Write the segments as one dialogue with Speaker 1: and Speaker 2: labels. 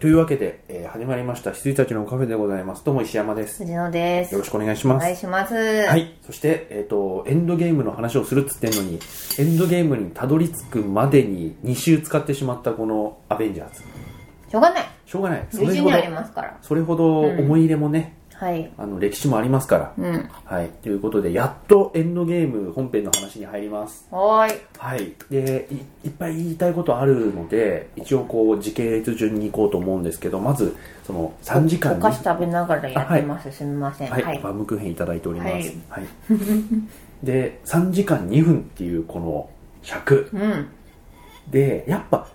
Speaker 1: というわけで、えー始まりました羊たちのカフェでございますどうも石山です
Speaker 2: 藤野です。
Speaker 1: よろしくお願いしま
Speaker 2: お
Speaker 1: す
Speaker 2: 願いします。
Speaker 1: はい。そして、えっ、と、エンドゲームの話をするっつってんのに、エンドゲームにたどり着くまでに2週使ってしまったこのアベンジャーズ。
Speaker 2: しょうがない。
Speaker 1: しょうがない。そ
Speaker 2: 無
Speaker 1: れ
Speaker 2: 事
Speaker 1: ほ
Speaker 2: に
Speaker 1: ど
Speaker 2: あ、りますから。
Speaker 1: それほど思い入れもね、
Speaker 2: はい。
Speaker 1: あの、歴史もありますから。
Speaker 2: うん。
Speaker 1: はい。ということで、やっとエンドゲーム本編の話に入ります。
Speaker 2: はーい。
Speaker 1: はい。で、いいっぱい言いたいことあるので、一応こう、時系列順に行こうと思うんですけど、まず、その、3時間
Speaker 2: お
Speaker 1: に。
Speaker 2: 菓子食べながらやってます。すみません。は
Speaker 1: はい、
Speaker 2: い。
Speaker 1: バームクーヘンいただいております。は
Speaker 2: はいい。
Speaker 1: で、3時間2分っていうこの尺。
Speaker 2: うん。
Speaker 1: で、やっぱ、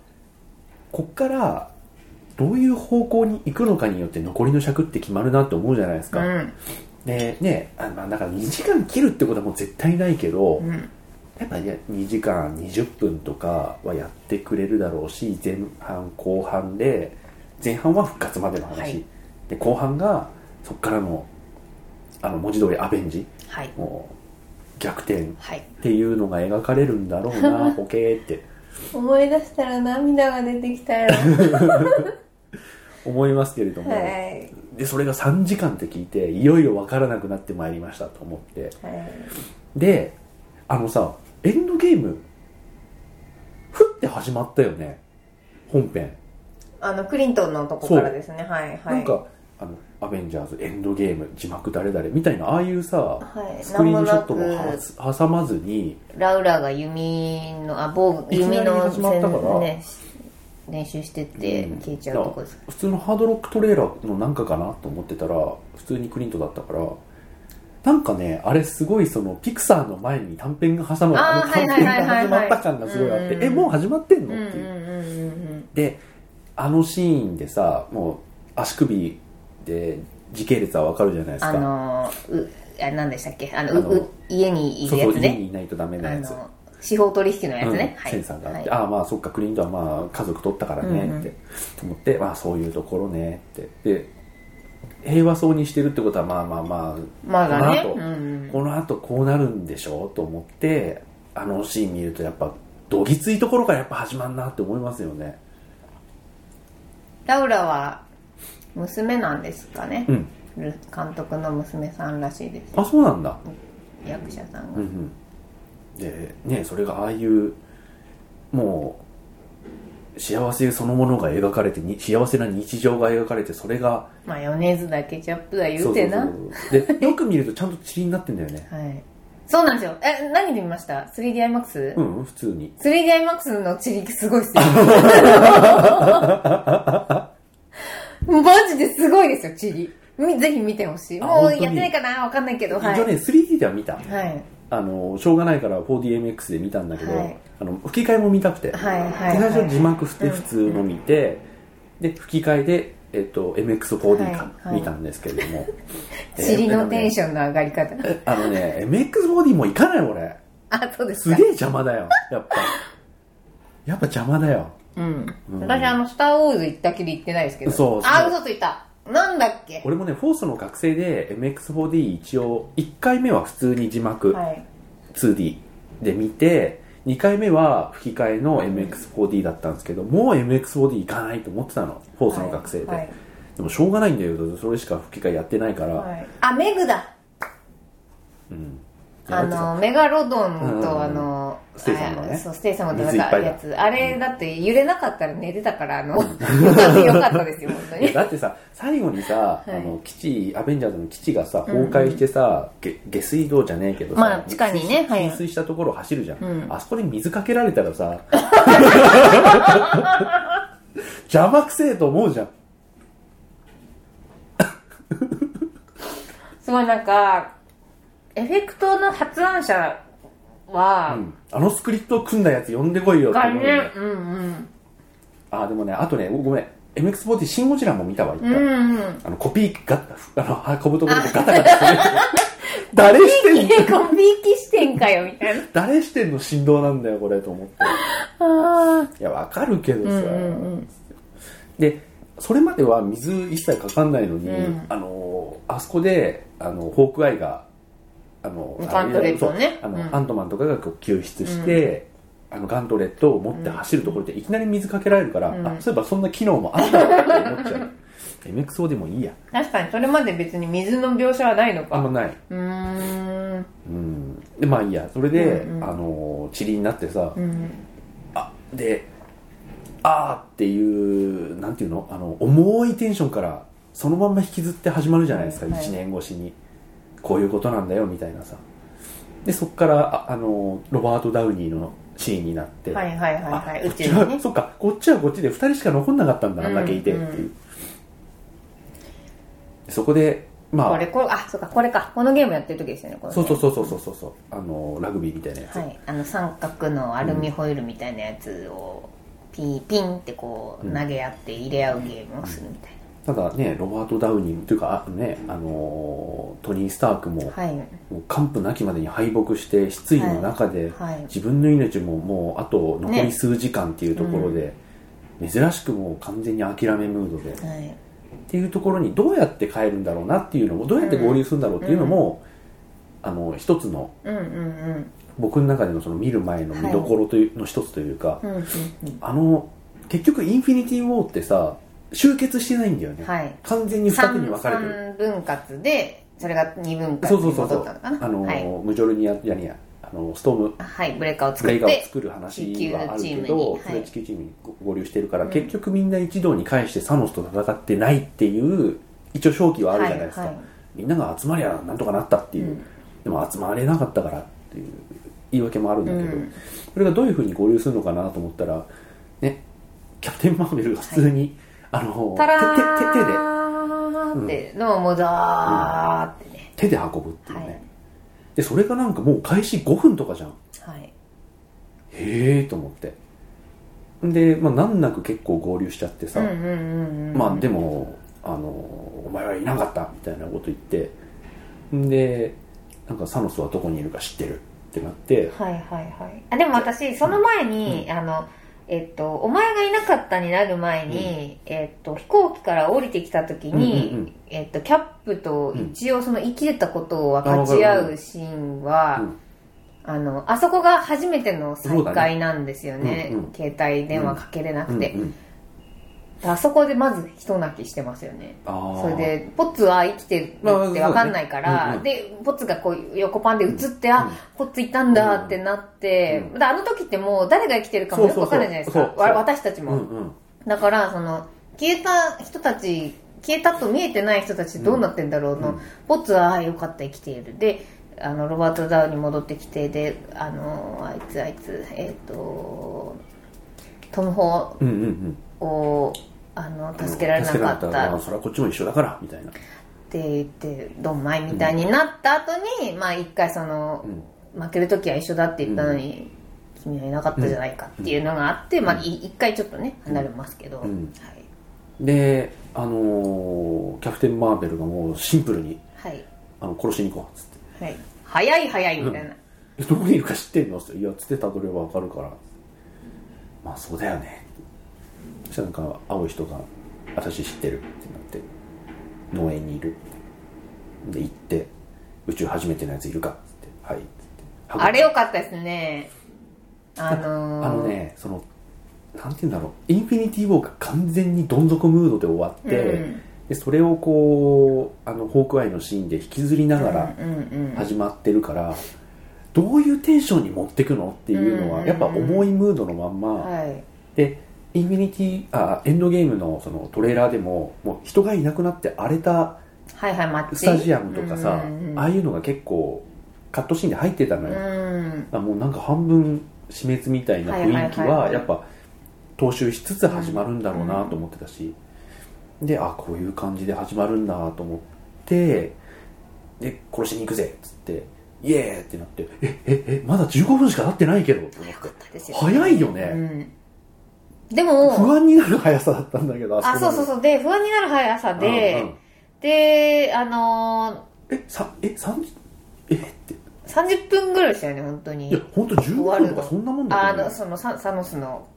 Speaker 1: こっから、どういう方向に行くのかによって残りの尺って決まるなって思うじゃないです
Speaker 2: う
Speaker 1: か。
Speaker 2: ん。
Speaker 1: で、ね、あまあ、だから2時間切るってことはもう絶対ないけど、
Speaker 2: うん。
Speaker 1: やっぱね、2時間20分とかはやってくれるだろうし、前半後半で、前半は復活までの話。
Speaker 2: はい
Speaker 1: で、後半が、そっからの、あの、文字通りアベンジ。
Speaker 2: はい。
Speaker 1: もう逆転っ
Speaker 2: はい。
Speaker 1: ていうのが描かれるんだろうなボケーって
Speaker 2: 思い出したら涙が出てき たよ。
Speaker 1: 思いますけれども、
Speaker 2: はい。
Speaker 1: でそれが3時間って聞いていよいよ分からなくなってまいりましたと思って
Speaker 2: はい。
Speaker 1: であのさエンドゲームふって始まったよね本編、
Speaker 2: あの、クリントンのとこからですね。はい。は
Speaker 1: な
Speaker 2: い。
Speaker 1: んかあの「アベンジャーズエンドゲーム字幕誰々」みたいなああいうさ
Speaker 2: はい。
Speaker 1: スクリーンショット
Speaker 2: なんもな
Speaker 1: も
Speaker 2: く
Speaker 1: は挟まずに
Speaker 2: ラウラが弓の、あ、防具、
Speaker 1: いきなり
Speaker 2: 弓の
Speaker 1: 始まったから
Speaker 2: ね、練習してって
Speaker 1: うん
Speaker 2: 聞いちゃうとこです。
Speaker 1: 普通のハードロックトレーラーのなんかかなと思ってたら普通にクリントだったからなんかねあれすごいそのピクサーの前に短編が挟まる
Speaker 2: あー
Speaker 1: の短編
Speaker 2: はい
Speaker 1: が
Speaker 2: はいはいは
Speaker 1: 始
Speaker 2: い
Speaker 1: まった感がすごいあって
Speaker 2: うんうん
Speaker 1: えもう始まってん
Speaker 2: うん
Speaker 1: の
Speaker 2: うん
Speaker 1: っていう
Speaker 2: うんうん
Speaker 1: であのシーンでさもう足首で時系列はわかるじゃないです
Speaker 2: あ
Speaker 1: か
Speaker 2: のうあ何でしたっけあの
Speaker 1: あの
Speaker 2: うう家にい
Speaker 1: そ
Speaker 2: る
Speaker 1: う
Speaker 2: や
Speaker 1: そう
Speaker 2: つ
Speaker 1: 家
Speaker 2: ね
Speaker 1: にいないとダメな
Speaker 2: あ
Speaker 1: やつ
Speaker 2: の司法取引のやつね、
Speaker 1: うんセンサーがあ
Speaker 2: は
Speaker 1: っ
Speaker 2: い
Speaker 1: て、ああまあそっかクリントはまあ家族取ったからねって、と思ってまあそういうところねってで平和そうにしてるってことはまあまあま
Speaker 2: まあがね、
Speaker 1: こ
Speaker 2: う
Speaker 1: のあ
Speaker 2: ん、
Speaker 1: このあとこうなるんでしょうと思ってあのシーン見るとやっぱどぎついところからやっぱ始まんなって思いますよね
Speaker 2: ラウラは娘なんですかね、
Speaker 1: うん
Speaker 2: ル監督の娘さんらしいです
Speaker 1: あそうなんだ
Speaker 2: 役者さん
Speaker 1: うん
Speaker 2: が、
Speaker 1: うんでねそれがああいうもう幸せそのものが描かれてに幸せな日常が描かれてそれが
Speaker 2: マヨネーズだケチャップだ言うてな
Speaker 1: そうそうそうそうでよく見るとちゃんとチリになってんだよ ね
Speaker 2: はいそうなんですよえ何で見ました 3DIMAX?、
Speaker 1: うんうん普通に
Speaker 2: 3DIMAX のチリすごいっす よマジですごいですよチリみぜひ見てほしい
Speaker 1: あ
Speaker 2: も
Speaker 1: 本
Speaker 2: う
Speaker 1: 当に
Speaker 2: やってないかなわかんないけど
Speaker 1: 一応
Speaker 2: はい、
Speaker 1: ね 3D では見た
Speaker 2: はい、
Speaker 1: あのしょうがないから 4DMX で見たんだけど、
Speaker 2: はい
Speaker 1: あの吹き替えも見たくて、
Speaker 2: はいはい
Speaker 1: で最
Speaker 2: はい
Speaker 1: 初字幕して普通の見て、で吹き替えで、えっと、MX4D か、
Speaker 2: はいはい
Speaker 1: 見たんですけれども
Speaker 2: チリのテン
Speaker 1: ョ
Speaker 2: ションの上がり方
Speaker 1: ンあのね MX4D も行かない俺
Speaker 2: あそうです
Speaker 1: す
Speaker 2: か
Speaker 1: げえ邪魔だよやっぱやっぱ邪魔だよ
Speaker 2: うん、
Speaker 1: うん
Speaker 2: 私あの「スター・ウォーズ」行ったきり行ってないですけど
Speaker 1: そうそう
Speaker 2: あ嘘ついたなんだっけ
Speaker 1: 俺もねフォースの学生で MX4D 一応1回目は普通に字幕、
Speaker 2: はい
Speaker 1: 2D で見て2回目は吹き替えの MX4D だったんですけど、もう MX4D いかないと思ってたのフォースの学生で、
Speaker 2: はい
Speaker 1: でもしょうがないんだけどそれしか吹き替えやってないから、
Speaker 2: はいはいあメグだ
Speaker 1: うん
Speaker 2: あ
Speaker 1: だってさ
Speaker 2: のメガロ
Speaker 1: う
Speaker 2: ドン
Speaker 1: んうんうん
Speaker 2: とあの
Speaker 1: ステイサムのね
Speaker 2: あそうステイサムとなん
Speaker 1: 水いっぱ
Speaker 2: か
Speaker 1: いだ
Speaker 2: やつあれだって揺れなかったら寝てたからあのよかったよかったですよ本当
Speaker 1: いや
Speaker 2: に
Speaker 1: だってさ最後にさ、
Speaker 2: はい
Speaker 1: あの基地アベンジャーズの基地がさ崩壊してさ、げ下水道じゃねえけどさ、
Speaker 2: まあ地下にねはい
Speaker 1: 浸水したところを走るじゃん、
Speaker 2: うん
Speaker 1: あそこに水かけられたら さ邪魔くせえと思うじゃん
Speaker 2: すごいなんかエフェクトの発案者は、
Speaker 1: うんあのスクリプトを組んだやつ呼んでこいよって
Speaker 2: が
Speaker 1: 思うよ
Speaker 2: ね
Speaker 1: ね。
Speaker 2: うんうん
Speaker 1: あ、でもね、あとね、ごめん。MX40 シンゴジラも見たわ、一
Speaker 2: う
Speaker 1: 回。
Speaker 2: んうん
Speaker 1: あの、コピーガッ、あの、運ぶところでガタガタしてる。誰してんの
Speaker 2: 結構びいきしてんかよみたいな
Speaker 1: 誰してんの振動なんだよ、これ、と思って。
Speaker 2: あ
Speaker 1: いや、わかるけどさ。
Speaker 2: うんうんうん
Speaker 1: で、それまでは水一切かかんないのに、
Speaker 2: うん
Speaker 1: あの、あそこで、あの、ホークアイが、あの、
Speaker 2: ガントレットをね
Speaker 1: あれそうあの、
Speaker 2: うん
Speaker 1: アントマンとかがこう救出して、あのガントレットを持って走るところでいきなり水かけられるから、
Speaker 2: うん
Speaker 1: あそういえばそんな機能もあったなって思っ ちゃう MXO でもいいや
Speaker 2: 確かにそれまで別に水の描写はないの
Speaker 1: あんまな
Speaker 2: か
Speaker 1: いう
Speaker 2: ーん
Speaker 1: うんでまあいいやそれで、
Speaker 2: うんうん
Speaker 1: あの塵になってさ、
Speaker 2: うん
Speaker 1: あであーっていうなんていうのあの重いテンションからそのまんま引きずって始まるじゃないですか、
Speaker 2: はい
Speaker 1: 1年越しにこういうことなんだよみたいなさでそっからああのロバート・ダウニーのシーンになって、
Speaker 2: はいはいはい
Speaker 1: あ
Speaker 2: はい
Speaker 1: こ
Speaker 2: 宇
Speaker 1: っ
Speaker 2: 宙
Speaker 1: ち
Speaker 2: に
Speaker 1: は
Speaker 2: ね
Speaker 1: そっかこっちはこっちで2人しか残んなかったんだあ
Speaker 2: うんん
Speaker 1: だけいてっていう、
Speaker 2: うん
Speaker 1: そこでまあ
Speaker 2: これこれあそうかこれかこのゲームやってる時ですよねこれね
Speaker 1: そうそうそうそうそうそうそうあのラグビーみたいなやつ、
Speaker 2: はい、あの三角のアルミホイルみたいなやつをピーピンってこう
Speaker 1: うん
Speaker 2: 投げ合って入れ合うゲームをするみたい
Speaker 1: ただねロバート・ダウニーというかあねあのートニー・スタークも、
Speaker 2: な、はい
Speaker 1: もう完膚なきまでに敗北して失意の中で、
Speaker 2: はい
Speaker 1: 自分の命ももうあと残り数時間っていうところで、珍しくもう完全に諦めムードで、っ
Speaker 2: はい
Speaker 1: ていうところにどうやって帰るんだろうなっていうのもどうやって合流するんだろうっていうのも、あの一つの
Speaker 2: うんうん
Speaker 1: 僕の中でのその見る前の見どころという、の一つというか、
Speaker 2: うんうんうん
Speaker 1: あの結局インフィニティ・ウォーってさ集結してないんだよ
Speaker 2: う
Speaker 1: ね、
Speaker 2: んはい
Speaker 1: 完全に二手に分かれてる
Speaker 2: 三分割でそれが二分割
Speaker 1: そう
Speaker 2: に
Speaker 1: そうそ
Speaker 2: 戻
Speaker 1: うそ
Speaker 2: った
Speaker 1: う
Speaker 2: のかな
Speaker 1: あの、
Speaker 2: はい、
Speaker 1: ムジョルニアじゃねえやあのストーム
Speaker 2: はい、ブレーカーを
Speaker 1: ブ
Speaker 2: 作
Speaker 1: レ
Speaker 2: っ
Speaker 1: イカーを
Speaker 2: て
Speaker 1: 作る話はあるけど、
Speaker 2: 地球チームに
Speaker 1: そ
Speaker 2: は
Speaker 1: れ
Speaker 2: い
Speaker 1: 地球チームに合流してるから、
Speaker 2: うん
Speaker 1: 結局みんな一堂に会してサノスと戦ってないっていう、一応勝機はあるじゃないですか。
Speaker 2: はいはい
Speaker 1: みんなが集まりゃなんとかなったっていう、
Speaker 2: うん
Speaker 1: でも集まれなかったからっていう言い訳もあるんだけど、
Speaker 2: うん
Speaker 1: それがどういうふうに合流するのかなと思ったら、ね、キャプテン・マーベルが普通に、あの、
Speaker 2: タラー
Speaker 1: 手手手手で、
Speaker 2: ンってのをもうザーってね、
Speaker 1: 手で運ぶっていうね。
Speaker 2: はい
Speaker 1: で、それがなんかもう開始5分とかじゃん。
Speaker 2: はい
Speaker 1: へえと思ってで、まあ、難なく結構合流しちゃってさ、
Speaker 2: うんうんうんうん
Speaker 1: まあでもあのお前はいなかったみたいなこと言ってんでなんかサノスはどこにいるか知ってるってなって
Speaker 2: はいはいはいあでも私その前に、あのえっと、お前がいなかったになる前に、えっと、飛行機から降りてきた時に、
Speaker 1: うんうんうん
Speaker 2: えっと、キャップと一応その生きてたことを分かち合うシーンは、
Speaker 1: うん
Speaker 2: あのあそこが初めての再会なんですよね
Speaker 1: そうだねうんうん
Speaker 2: 携帯電話かけれなくて、
Speaker 1: うんうん
Speaker 2: あそこでまず人泣きしてますよね
Speaker 1: ああ
Speaker 2: それでポツは生きてるって分かんないから、
Speaker 1: まあそうだ
Speaker 2: でポツがこう横パンで映って、
Speaker 1: うん
Speaker 2: あポツいたんだってなって、
Speaker 1: うん
Speaker 2: だからあの時ってもう誰が生きてるかもよく分かるじゃないですか
Speaker 1: そうそうそう
Speaker 2: わ私たちも、
Speaker 1: うんうん
Speaker 2: だからその消えた人たち消えたと見えてない人たちどうなってんだろうの、
Speaker 1: うん
Speaker 2: ポツはあよかった生きているであのロバート・ダウに戻ってきてであのあいつあいつえっ、とトム・ホ
Speaker 1: うんうん
Speaker 2: ーをあの
Speaker 1: うん
Speaker 2: 助けられなか
Speaker 1: 助
Speaker 2: っ
Speaker 1: けられ
Speaker 2: た
Speaker 1: なそれはこっちも一緒だからみたいな
Speaker 2: って言ってドンマイみたいになった後に、まあ一回その、負ける時は一緒だって言ったのに、君はいなかったじゃないかっていうのがあって、まあい一回ちょっとね離れますけど、
Speaker 1: ん
Speaker 2: は
Speaker 1: であのーキャプテン・マーベルがもうシンプルに
Speaker 2: いはい
Speaker 1: あの殺しに行こうっつって
Speaker 2: はい早い早いみたいな、
Speaker 1: え どこにいるか知ってんの?」って言って「いやつってたどればわかるから」まあそうだよね」そしたらなんか青い人が「私知ってる」ってなって農園にいるで行って「宇宙初めてのやついるか?」っつって「はい」っつって
Speaker 2: あれ良かったですねあのー
Speaker 1: あのねそのなんて言うんだろうインフィニティ・ウォーが完全にどん底ムードで終わって、
Speaker 2: うん
Speaker 1: でそれをこうあのホークアイのシーンで引きずりながら、
Speaker 2: うんうん
Speaker 1: 始まってるからどういうテンションに持ってくのっていうの
Speaker 2: う
Speaker 1: は
Speaker 2: ん
Speaker 1: やっぱ重いムードのまんま、
Speaker 2: はい
Speaker 1: でインフィニティあエンドゲームのそのトレーラーでももう人がいなくなって荒れた
Speaker 2: はいはいマッチ
Speaker 1: スタジアムとかさ、
Speaker 2: うんうん
Speaker 1: ああいうのが結構カットシーンで入ってたの
Speaker 2: う
Speaker 1: よ、
Speaker 2: ん
Speaker 1: あもうなんか半分死滅みたいな雰囲気
Speaker 2: はいはいはいは
Speaker 1: はいやっぱ踏襲しつつ始まるんだろうなと思ってたし、であこういう感じで始まるんだと思ってで殺しに行くぜっつってイエーイってなってえええまだ15分しか経ってないけどと思って
Speaker 2: 良かったですよ
Speaker 1: 早いよ
Speaker 2: う
Speaker 1: ね、
Speaker 2: んでも
Speaker 1: 不安になる速さだったんだけど
Speaker 2: あそうそう
Speaker 1: う
Speaker 2: そうで不安になる早さで、
Speaker 1: うんうん
Speaker 2: であの
Speaker 1: えさえ三えって
Speaker 2: ー、30分ぐらいでしたよね本当
Speaker 1: いや
Speaker 2: に
Speaker 1: 本当15分とかそんなもんだ
Speaker 2: あ
Speaker 1: と思う
Speaker 2: の
Speaker 1: よ
Speaker 2: そのササノスの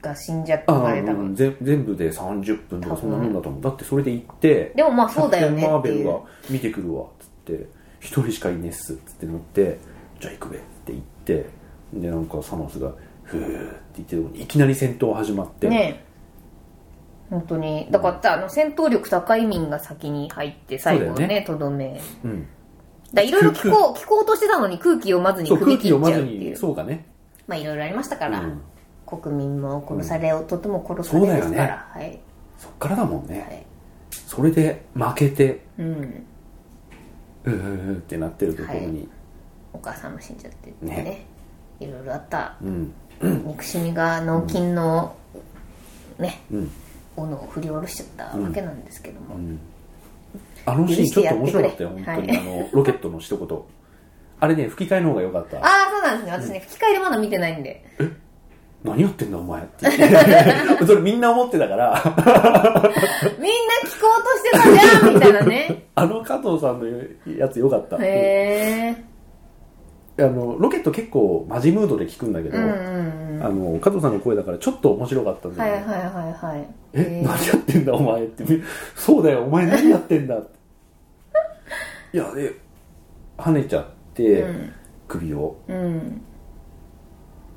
Speaker 2: が死んじゃった
Speaker 1: あ
Speaker 2: あ
Speaker 1: あ
Speaker 2: れ多分
Speaker 1: 全全部で30分とかそんなもんだと思うだってそれで行って
Speaker 2: でもまあそうだよ
Speaker 1: キャプテン
Speaker 2: ね
Speaker 1: マ
Speaker 2: っ
Speaker 1: ー
Speaker 2: て
Speaker 1: ベ
Speaker 2: い
Speaker 1: ル
Speaker 2: う
Speaker 1: が見てくるわっつって一人しかいねえっすっつって乗ってじゃあ行くべって言ってでなんかサノスが「ふふーって言ってるとこにいきなり戦闘始まって、
Speaker 2: ね本当にだから、あの戦闘力高い民が先に入って最後
Speaker 1: そうだよ
Speaker 2: ねとどめ
Speaker 1: うん、
Speaker 2: だいろいろ聞こう聞こうとしてたのに空気読まずに
Speaker 1: そう
Speaker 2: 踏
Speaker 1: 空
Speaker 2: み
Speaker 1: 気
Speaker 2: 切
Speaker 1: 読
Speaker 2: っ
Speaker 1: ま
Speaker 2: ちゃ
Speaker 1: ず
Speaker 2: うってい
Speaker 1: に
Speaker 2: う
Speaker 1: そうかね
Speaker 2: まあいろいろありましたから、
Speaker 1: うん
Speaker 2: 国民も殺されようとても殺されですから、はい
Speaker 1: そっからだもんね、
Speaker 2: はい
Speaker 1: それで負けて
Speaker 2: うん
Speaker 1: うーうーってなってるところに、
Speaker 2: お母さんも死んじゃってってね
Speaker 1: ね
Speaker 2: いろいろあった
Speaker 1: うん
Speaker 2: 憎しみが脳筋の、ね
Speaker 1: うん
Speaker 2: 斧を振り下ろしちゃったわけなんですけども、
Speaker 1: あのシーンちょっと面白かったよ
Speaker 2: 許
Speaker 1: 本
Speaker 2: して
Speaker 1: 当
Speaker 2: やってく
Speaker 1: に、
Speaker 2: れ
Speaker 1: あのロケットの一言あれね吹き替えの方が良か った
Speaker 2: ああそうなんですね私ね吹き替えでまだ見てないんで
Speaker 1: 何やってんだお前って言って それみんな思ってたから
Speaker 2: みんな聞こうとしてたじゃんみたいなね
Speaker 1: あの加藤さんのやつ良かった、
Speaker 2: へえ
Speaker 1: あのロケット結構マジムードで聞くんだけど、
Speaker 2: うんうんうん
Speaker 1: あの加藤さんの声だからちょっと面白かったんだ
Speaker 2: はい
Speaker 1: よ
Speaker 2: は
Speaker 1: ね、
Speaker 2: いはいはい
Speaker 1: え
Speaker 2: へー
Speaker 1: 何やってんだお前ってみそうだよお前何やってん だいやで跳ねちゃって、
Speaker 2: うん
Speaker 1: 首を
Speaker 2: うん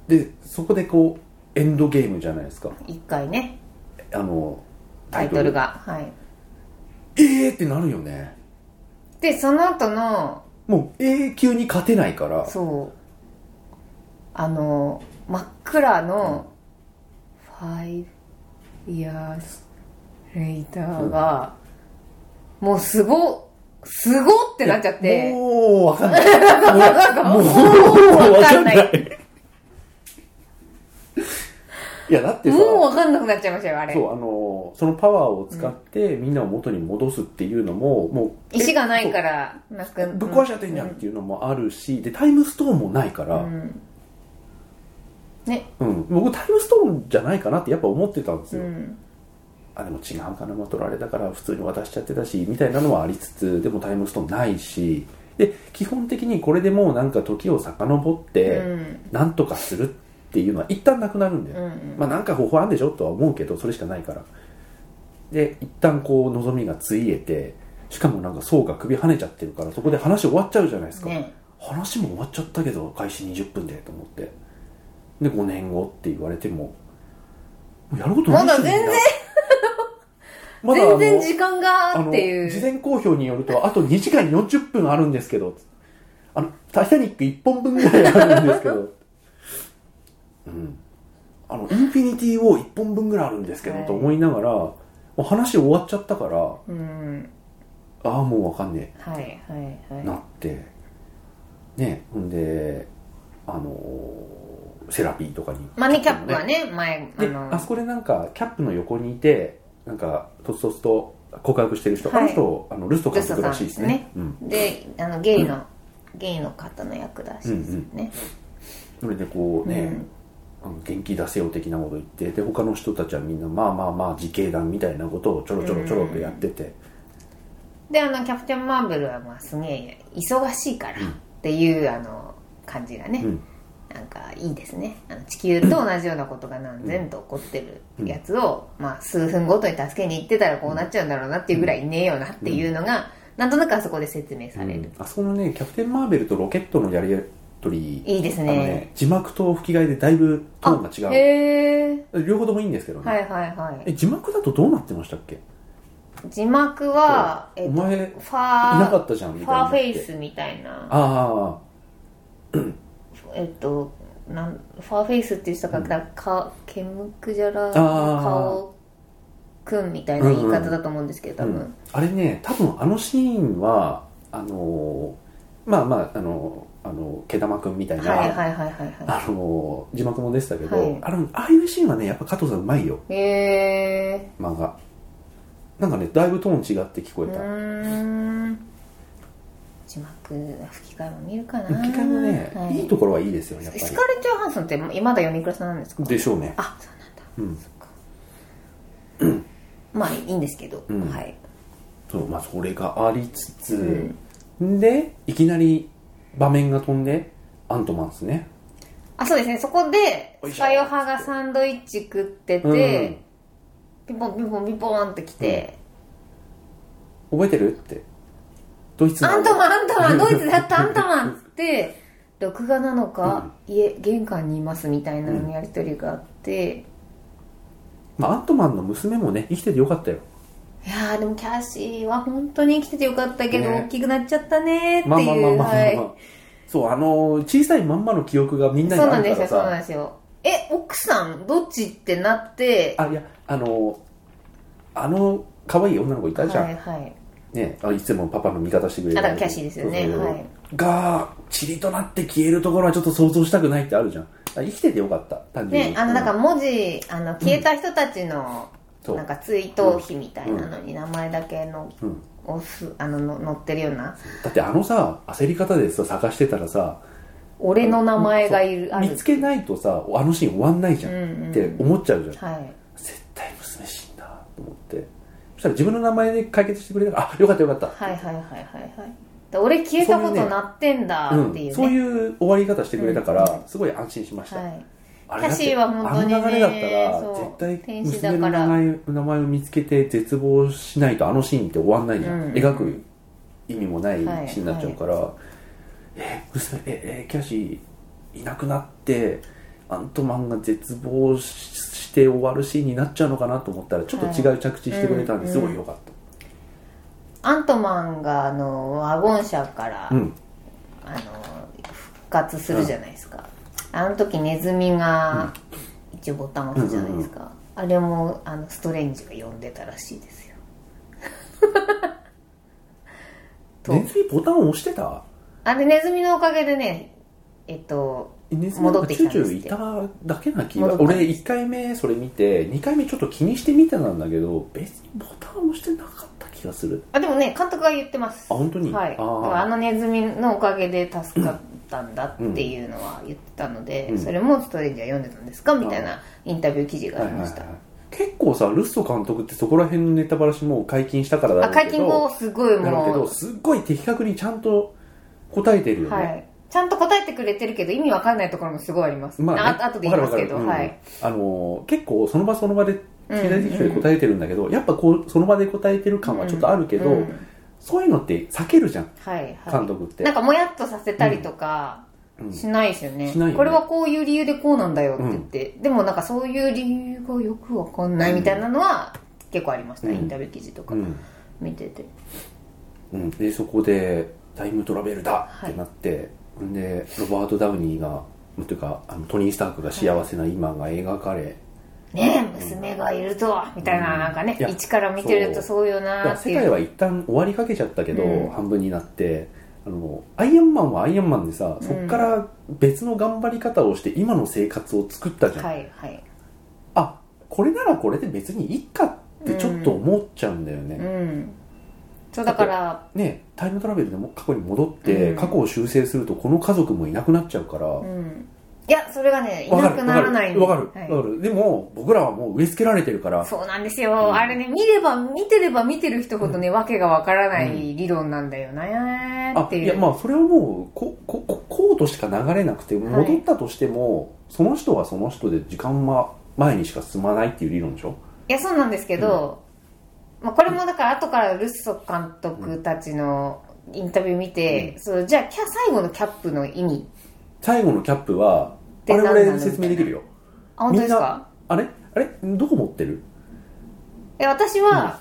Speaker 1: でそこでこうエンドゲームじゃないですか
Speaker 2: 一回ね
Speaker 1: あの
Speaker 2: タイトルがはい
Speaker 1: えーってなるよね
Speaker 2: でその後の
Speaker 1: もう永久に勝てないから
Speaker 2: そうあの真っ暗の「Five Years Later が」もうすごすごってなっちゃって
Speaker 1: もうわかんない
Speaker 2: なんかも
Speaker 1: わ
Speaker 2: うわか
Speaker 1: か
Speaker 2: ん
Speaker 1: ん
Speaker 2: な
Speaker 1: ないいいやだってさ
Speaker 2: もうわかんなくなっちゃいましたよあ
Speaker 1: そ
Speaker 2: れ
Speaker 1: うあのそのパワーを使ってみんなを元に戻すっていうのも、もう
Speaker 2: 石がないかららなく
Speaker 1: ぶっ壊しちゃってんじゃんっていうのもあるしでタイムストーンもないから、
Speaker 2: う
Speaker 1: うん
Speaker 2: んね
Speaker 1: 僕タイムストーンじゃないかなってやっぱ思ってたんです
Speaker 2: う
Speaker 1: よ、
Speaker 2: ん
Speaker 1: あでも違うかなもう取られたから普通に渡しちゃってたしみたいなのはありつつでもタイムストーンないしで基本的にこれでもうなんか時を遡っ
Speaker 2: う
Speaker 1: て、
Speaker 2: ん
Speaker 1: なんとかするっていうのは一旦なくなるんだよ、
Speaker 2: うん
Speaker 1: まあなんか方法あるんでしょとは思うけどそれしかないからで一旦こう望みがついえてしかもなんか層が首跳ねちゃってるからそこで話終わっちゃうじゃないですか、
Speaker 2: ね
Speaker 1: 話も終わっちゃったけど開始20分でと思ってで5年後って言われてももうやることないし
Speaker 2: まだ全然
Speaker 1: みんな
Speaker 2: 全然
Speaker 1: まだ
Speaker 2: 時間が
Speaker 1: あ
Speaker 2: ー
Speaker 1: の
Speaker 2: ってい
Speaker 1: あの事
Speaker 2: う
Speaker 1: 前公表によるとあと2時間40分あるんですけどあの「タイタニック」1本分ぐらいあるんですけどうんあの「インフィニティ・ウォー」1本分ぐらいあるんですけど、
Speaker 2: はい
Speaker 1: と思いながらもう話終わっちゃったから
Speaker 2: うん
Speaker 1: ああもうわかんねえ
Speaker 2: はいはいはい
Speaker 1: なってねほんであのーセラピーとかに
Speaker 2: マネキャップはね前あ
Speaker 1: で
Speaker 2: の
Speaker 1: あそこでなんかキャップの横にいてなんかとつとつと告白してる人、
Speaker 2: は
Speaker 1: あ
Speaker 2: い
Speaker 1: の人あのルスト監督らしいですね
Speaker 2: ルスト
Speaker 1: うん、
Speaker 2: であのゲイの、ゲイの方の役だしですよね、
Speaker 1: それでこうね、あの元気出せよ的なこと言ってで他の人たちはみんなまあまあまあ自警団みたいなことをちょろちょろちょろとやってて、
Speaker 2: であのキャプテン・マーベルはまあすげえ忙しいからっていうあの感じがね、
Speaker 1: うん
Speaker 2: なんかいいですねあの地球と同じようなことが何千と起こってるやつを、まあ、数分ごとに助けに行ってたらこうなっちゃうんだろうなっていうぐらいいねえよなっていうのが、なんとなくあそこで説明される、
Speaker 1: うんあそこのねキャプテン・マーベルとロケットのやり取り
Speaker 2: いいです
Speaker 1: あ
Speaker 2: ね
Speaker 1: のね字幕と吹き替えでだいぶトーンが違う
Speaker 2: へえ
Speaker 1: 両方ともいいんですけどね、
Speaker 2: はいはいはい
Speaker 1: え字幕だとどうなってましたっけ
Speaker 2: 字幕は、えっ
Speaker 1: お
Speaker 2: と
Speaker 1: 前い
Speaker 2: フ
Speaker 1: な
Speaker 2: ァ
Speaker 1: か
Speaker 2: ー
Speaker 1: ったじゃんみた
Speaker 2: フ
Speaker 1: いなのっ
Speaker 2: ァーフ
Speaker 1: て
Speaker 2: ェイスみたいな
Speaker 1: あ
Speaker 2: えっとなんファーフェイスっていう人が、だかケムクジャラの
Speaker 1: あー
Speaker 2: 顔くんみたいな言い方だと思うんですけど
Speaker 1: あ、
Speaker 2: 多
Speaker 1: う
Speaker 2: 分、
Speaker 1: ん、あれね多分あのシーンはあのーまあまああのあの毛玉くんみたいな、
Speaker 2: はいはいはいはいは
Speaker 1: あのー字幕も出てたけど、
Speaker 2: はい
Speaker 1: あのああいうシーンはねやっぱ加藤さんうまいよ
Speaker 2: いへえ
Speaker 1: 漫画なんかねだいぶトーン違って聞こ
Speaker 2: ー、う
Speaker 1: えた、
Speaker 2: ーん字幕吹き替えも見るかな
Speaker 1: 吹き替えもね、
Speaker 2: はい、
Speaker 1: い、いところはいいですよやっぱ
Speaker 2: スカーレット・ヨハンソンってまだ読み倉さんなんですか
Speaker 1: りでしょうね
Speaker 2: あそうなん
Speaker 1: う
Speaker 2: だ
Speaker 1: ん
Speaker 2: そっかまあいいんですけど、
Speaker 1: うん
Speaker 2: はい
Speaker 1: そうまあそれがありつつ、でいきなり場面が飛んでアントマンですね
Speaker 2: あそうですねそこで
Speaker 1: おいしょ
Speaker 2: スカヨハがサンドイッチ食ってて、
Speaker 1: うん
Speaker 2: ピンポンピンポンピンポンって来て、
Speaker 1: 覚えてるってドイツの
Speaker 2: アントマンアントマンドイツだったアントマンっつって録画なのか、家玄関にいますみたいなのやり取りがあって、
Speaker 1: まあ、アントマンの娘もね生きててよかったよ
Speaker 2: いやーでもキャシーは本当に生きててよかったけど、
Speaker 1: ね
Speaker 2: 大きくなっちゃったねーって
Speaker 1: まあまあまあ
Speaker 2: いう
Speaker 1: まあまあまあ、
Speaker 2: はい
Speaker 1: そうあの小さいまんまの記憶がみんなに
Speaker 2: そうな
Speaker 1: あ
Speaker 2: ん
Speaker 1: る
Speaker 2: です
Speaker 1: か
Speaker 2: よ
Speaker 1: ら
Speaker 2: そうなん
Speaker 1: さ
Speaker 2: ですよえ奥さんどっちってなって
Speaker 1: あいやあのあの可愛い女の子いたじゃん、
Speaker 2: はいはい
Speaker 1: ねあいつもパパの味方してくれる
Speaker 2: あだからキャシーですよね
Speaker 1: そうそう
Speaker 2: はい
Speaker 1: が塵となって消えるところはちょっと想像したくないってあるじゃんあ生きててよかった単純に
Speaker 2: ねあのなんか文字あの消えた人たちの、
Speaker 1: そう
Speaker 2: なんか追悼碑みたいなのに名前だけの、をすあのの載ってるような
Speaker 1: だってあのさ焦り方でさ探してたらさ
Speaker 2: 俺の名前がいるあ
Speaker 1: 見
Speaker 2: る
Speaker 1: つけないとさあのシーン終わんないじゃんって思っちゃうじゃん、
Speaker 2: はい
Speaker 1: 絶対娘死んだと思ってそしたら自分の名前で解決してくれたからあよかったよかった
Speaker 2: はいはいはいはいはいだ俺消えたことなってんだ
Speaker 1: う
Speaker 2: ってい
Speaker 1: ん、
Speaker 2: う
Speaker 1: そう
Speaker 2: ね
Speaker 1: いう終わり方してくれたから、すごい安心しました、
Speaker 2: はい
Speaker 1: あれだって
Speaker 2: キャシーは本当にね
Speaker 1: あの流れだった
Speaker 2: そ
Speaker 1: ら
Speaker 2: う
Speaker 1: 絶対
Speaker 2: 天使だ
Speaker 1: 娘
Speaker 2: か
Speaker 1: の
Speaker 2: ら
Speaker 1: 名前名前を見つけて絶望しないとあのシーンって終わんないじゃん、
Speaker 2: うん
Speaker 1: 描く意味もないシーンになっちゃうから、え娘ええキャシーいなくなってアントマンが絶望しして終わるシーンになっちゃうのかなと思ったらちょっと違う着地してくれたんで
Speaker 2: はい
Speaker 1: すごい良かっ
Speaker 2: アントマンがあのワゴン車から、
Speaker 1: た、うん
Speaker 2: あの復活するじゃないですか、あの時ネズミが一応ボタンを押すじゃないですか、あれもあのストレンジが呼んでたらしいですよと
Speaker 1: ネズミボタンを押してた
Speaker 2: あれネズミのおかげでねえっと
Speaker 1: ネズミなん
Speaker 2: 戻っ
Speaker 1: か
Speaker 2: て
Speaker 1: チ
Speaker 2: き
Speaker 1: ューチュ
Speaker 2: たんです
Speaker 1: ー
Speaker 2: っ
Speaker 1: い
Speaker 2: て
Speaker 1: ただけな気が
Speaker 2: 戻った
Speaker 1: 俺1回目それ見て2回目ちょっと気にして見てたんだけど別にボタン押してなかった気がする
Speaker 2: あでもね監督が言ってます
Speaker 1: あ本当に
Speaker 2: はい
Speaker 1: あ
Speaker 2: あ
Speaker 1: ー
Speaker 2: あのネズミのおかげで助かったんだっていうのは言ってたので、
Speaker 1: うん
Speaker 2: それもストレンジは読んでたんですかみたいなインタビュー記事がありました、
Speaker 1: 結構さルッソ監督ってそこら辺のネタバラシもう解禁したからだ
Speaker 2: あ
Speaker 1: ろうけど
Speaker 2: 解禁後すごい
Speaker 1: だろうけ
Speaker 2: も
Speaker 1: ど
Speaker 2: う
Speaker 1: すっごい的確にちゃんと答えてるよね、
Speaker 2: はい、ちゃんと答えてくれてるけど意味わかんないところもすごいあります、
Speaker 1: まあ、ね、
Speaker 2: あ後で言いますけど、
Speaker 1: わかるわ
Speaker 2: は
Speaker 1: かる
Speaker 2: い、
Speaker 1: うんあのー結構その場その場で経済的で答えてるんだけど、やっぱこうその場で答えてる感はちょっとあるけど、
Speaker 2: うんうん
Speaker 1: そういうのって避けるじゃん
Speaker 2: はいはい
Speaker 1: 監督って
Speaker 2: なんかもやっとさせたりとか
Speaker 1: うん
Speaker 2: しないですよね,、
Speaker 1: しないよね
Speaker 2: これはこういう理由でこうなんだよって言って、でもなんかそういう理由がよくわかんないみたいなのは結構ありました、
Speaker 1: うん
Speaker 2: インタビュー記事とか
Speaker 1: うん
Speaker 2: 見てて、
Speaker 1: うん、でそこでタイムトラベルだ
Speaker 2: はい
Speaker 1: ってなって、んでロバート・ダウニーがというかあのトニー・スタークが幸せな今が描かれ、
Speaker 2: ねえ娘がいるとはみたいななんかね
Speaker 1: いや
Speaker 2: 一から見てるとそう
Speaker 1: だ
Speaker 2: よ
Speaker 1: か
Speaker 2: な
Speaker 1: ら
Speaker 2: って
Speaker 1: 世
Speaker 2: い
Speaker 1: 界
Speaker 2: う
Speaker 1: は一旦終わりかけちゃったけど、
Speaker 2: うん
Speaker 1: 半分になってあのアイアンマンはアイアンマンでさそっから別の頑張り方をして今の生活を作ったじゃん、
Speaker 2: はいはい
Speaker 1: あこれならこれで別にいいかってちょっと思っちゃうんだよね、
Speaker 2: うんそうだから
Speaker 1: ねタイムトラベルでも過去に戻って、
Speaker 2: うん
Speaker 1: 過去を修正するとこの家族もいなくなっちゃうから、
Speaker 2: うんいやそれがねい
Speaker 1: わか
Speaker 2: な
Speaker 1: る
Speaker 2: くならないんで
Speaker 1: わかるわか
Speaker 2: はい
Speaker 1: るわかるでも僕らはもう植え付けられてるから
Speaker 2: そうなんです
Speaker 1: う
Speaker 2: よ。
Speaker 1: ん
Speaker 2: あれね、見れば、見てれば見てる人ほどね、わけがわからない理論なんだよね
Speaker 1: あ
Speaker 2: って
Speaker 1: い
Speaker 2: い
Speaker 1: や
Speaker 2: う。
Speaker 1: まあそれはもうここここうとしか流れなくて戻ったとしても、その人はその人で時間は前にしか進まないっていう理論でしょ
Speaker 2: いや、そうなんですけど、まあこれもだから後からルッソ監督たちのインタビュー見て、そうじゃあキャ、最後のキャップの意味。
Speaker 1: 最後のキャップはあ
Speaker 2: で
Speaker 1: れ
Speaker 2: 何な
Speaker 1: 俺
Speaker 2: の
Speaker 1: 説明できるよ
Speaker 2: あ、本当です
Speaker 1: みん
Speaker 2: か
Speaker 1: なあれあれどこ持ってる
Speaker 2: え、私は、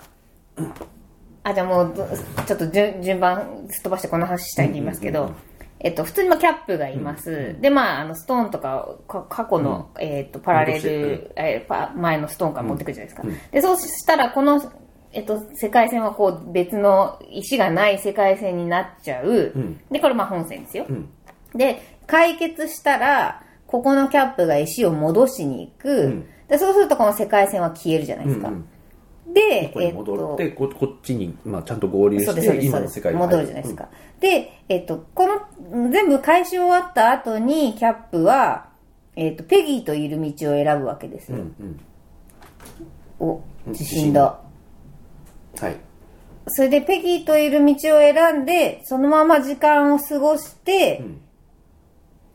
Speaker 2: あ、じゃあもうど、ちょっと順順番すっ飛ばしてこの話したいと言いますけ
Speaker 1: うんう
Speaker 2: ど
Speaker 1: んうん、
Speaker 2: えっと、普通にまあキャップがいます。で、まあ、あの、ストーンとか、か過去の、えっと、パラレ
Speaker 1: 戻し
Speaker 2: ル、えパ前のストーンから持ってくるじゃないですか。
Speaker 1: うんうん
Speaker 2: で、そうしたら、この、えっと、世界線はこう、別の石がない世界線になっちゃう。
Speaker 1: うん
Speaker 2: で、これまあ本線ですよ。
Speaker 1: うん
Speaker 2: で、解決したら、ここのキャップが石を戻しに行く。
Speaker 1: ん
Speaker 2: で、そうするとこの世界線は消えるじゃないですか。
Speaker 1: うん
Speaker 2: で、
Speaker 1: ここに戻って、ここっちに、まあ、ちゃんと合流
Speaker 2: そう
Speaker 1: し
Speaker 2: ですそう
Speaker 1: て
Speaker 2: ですそ
Speaker 1: 今の
Speaker 2: うで
Speaker 1: 世
Speaker 2: す
Speaker 1: 界に入
Speaker 2: 戻るじゃないですか、で、えっとこの全部返し終わった後にキャップは、えっとペギーといる道を選ぶわけです
Speaker 1: うん
Speaker 2: よ、
Speaker 1: うん
Speaker 2: お
Speaker 1: うん
Speaker 2: 地震だ
Speaker 1: うんはい
Speaker 2: それでペギーといる道を選んでそのまま時間を過ごして、
Speaker 1: ん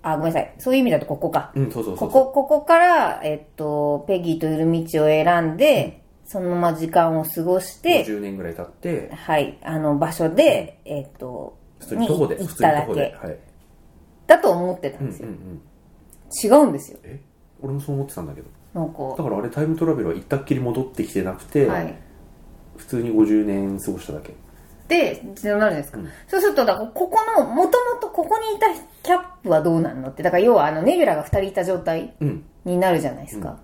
Speaker 2: あごめんなさいそういう意味だとここか、
Speaker 1: うんそうそうそ
Speaker 2: こ
Speaker 1: うそう
Speaker 2: こここから、えっとペギーといる道を選んで、そのまま時間を過ごして
Speaker 1: 50年ぐらい経って
Speaker 2: はいあの場所で、えっと
Speaker 1: 普通に徒歩で
Speaker 2: に
Speaker 1: 普
Speaker 2: 行っ
Speaker 1: 通に
Speaker 2: た
Speaker 1: 徒
Speaker 2: だ
Speaker 1: 歩
Speaker 2: け
Speaker 1: ではい
Speaker 2: だと思ってた
Speaker 1: うんん
Speaker 2: です
Speaker 1: う
Speaker 2: よ
Speaker 1: ん、うん
Speaker 2: 違うんですよ
Speaker 1: え俺もそう思ってたんだけど
Speaker 2: なんか
Speaker 1: だからあれタイムトラベルは行ったっきり戻ってきてなくて、
Speaker 2: はい
Speaker 1: 普通に50年過ごしただけ
Speaker 2: でそうなるんですか、
Speaker 1: うん
Speaker 2: そうするとだからここのもともとここにいたキャップはどうなるのってだから要はあのネビュラが2人いた状態
Speaker 1: うん
Speaker 2: になるじゃないですか、
Speaker 1: うん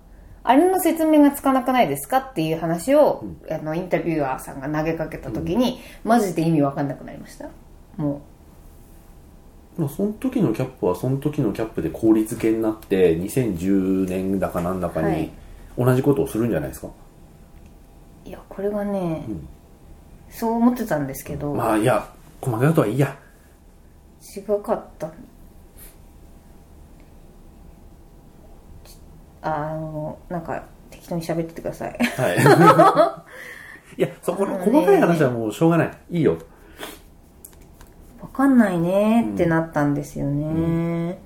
Speaker 2: あれの説明がつかなくないですかっていう話を、あのインタビュアーさんが投げかけた時に、マジで意味わかんなくなりましたも
Speaker 1: まあその時のキャップはその時のキャップで効率系になって2010年だかなんだか
Speaker 2: は
Speaker 1: に
Speaker 2: い
Speaker 1: 同じことをするんじゃないですか、
Speaker 2: ういやこれがね、
Speaker 1: うん
Speaker 2: そう思ってたんですけど、
Speaker 1: まあいや細かいことはいいや
Speaker 2: 違かったちあのなんか適当に喋っててください
Speaker 1: はいいやそこの細かい話はもうしょうがないいいよ
Speaker 2: わかんないねってなったんですよね、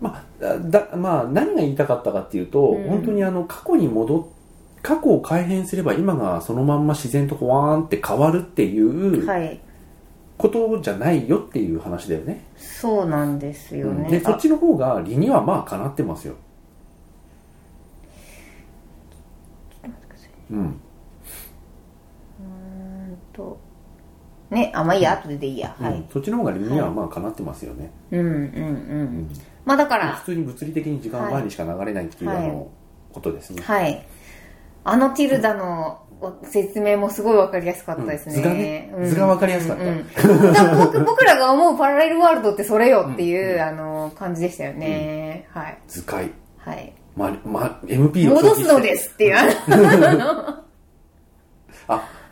Speaker 1: まあ、だまあ何が言いたかったかっていうと、
Speaker 2: うん
Speaker 1: 本当にあの過去に戻っ過去を改変すれば今がそのまんま自然とこうわーんって変わるっていう
Speaker 2: はい
Speaker 1: ことじゃないよっていう話だよね、
Speaker 2: そうなんですよ
Speaker 1: うん
Speaker 2: ね、
Speaker 1: でそっちの方が理にはまあかなってますようん
Speaker 2: あとねあまあいいや後ででいいや、は
Speaker 1: うん
Speaker 2: い、
Speaker 1: そっちの方が理にはまあかなってますよね、
Speaker 2: うんうんうん、まあだから
Speaker 1: 普通に物理的に時間は前にしか流れないっていう、
Speaker 2: はい
Speaker 1: あのことですね、
Speaker 2: はいあのティルダの説明もすごいわかりやすかったですね、
Speaker 1: うん図がね
Speaker 2: うん
Speaker 1: 図がわかりやすかった
Speaker 2: うんだか ら僕僕らが思うパラレルワールドってそれよっていう、あの感じでしたよね、はい
Speaker 1: 図解、
Speaker 2: はい
Speaker 1: まま、MP を
Speaker 2: 戻すの
Speaker 1: す
Speaker 2: ですっていうあの
Speaker 1: あ、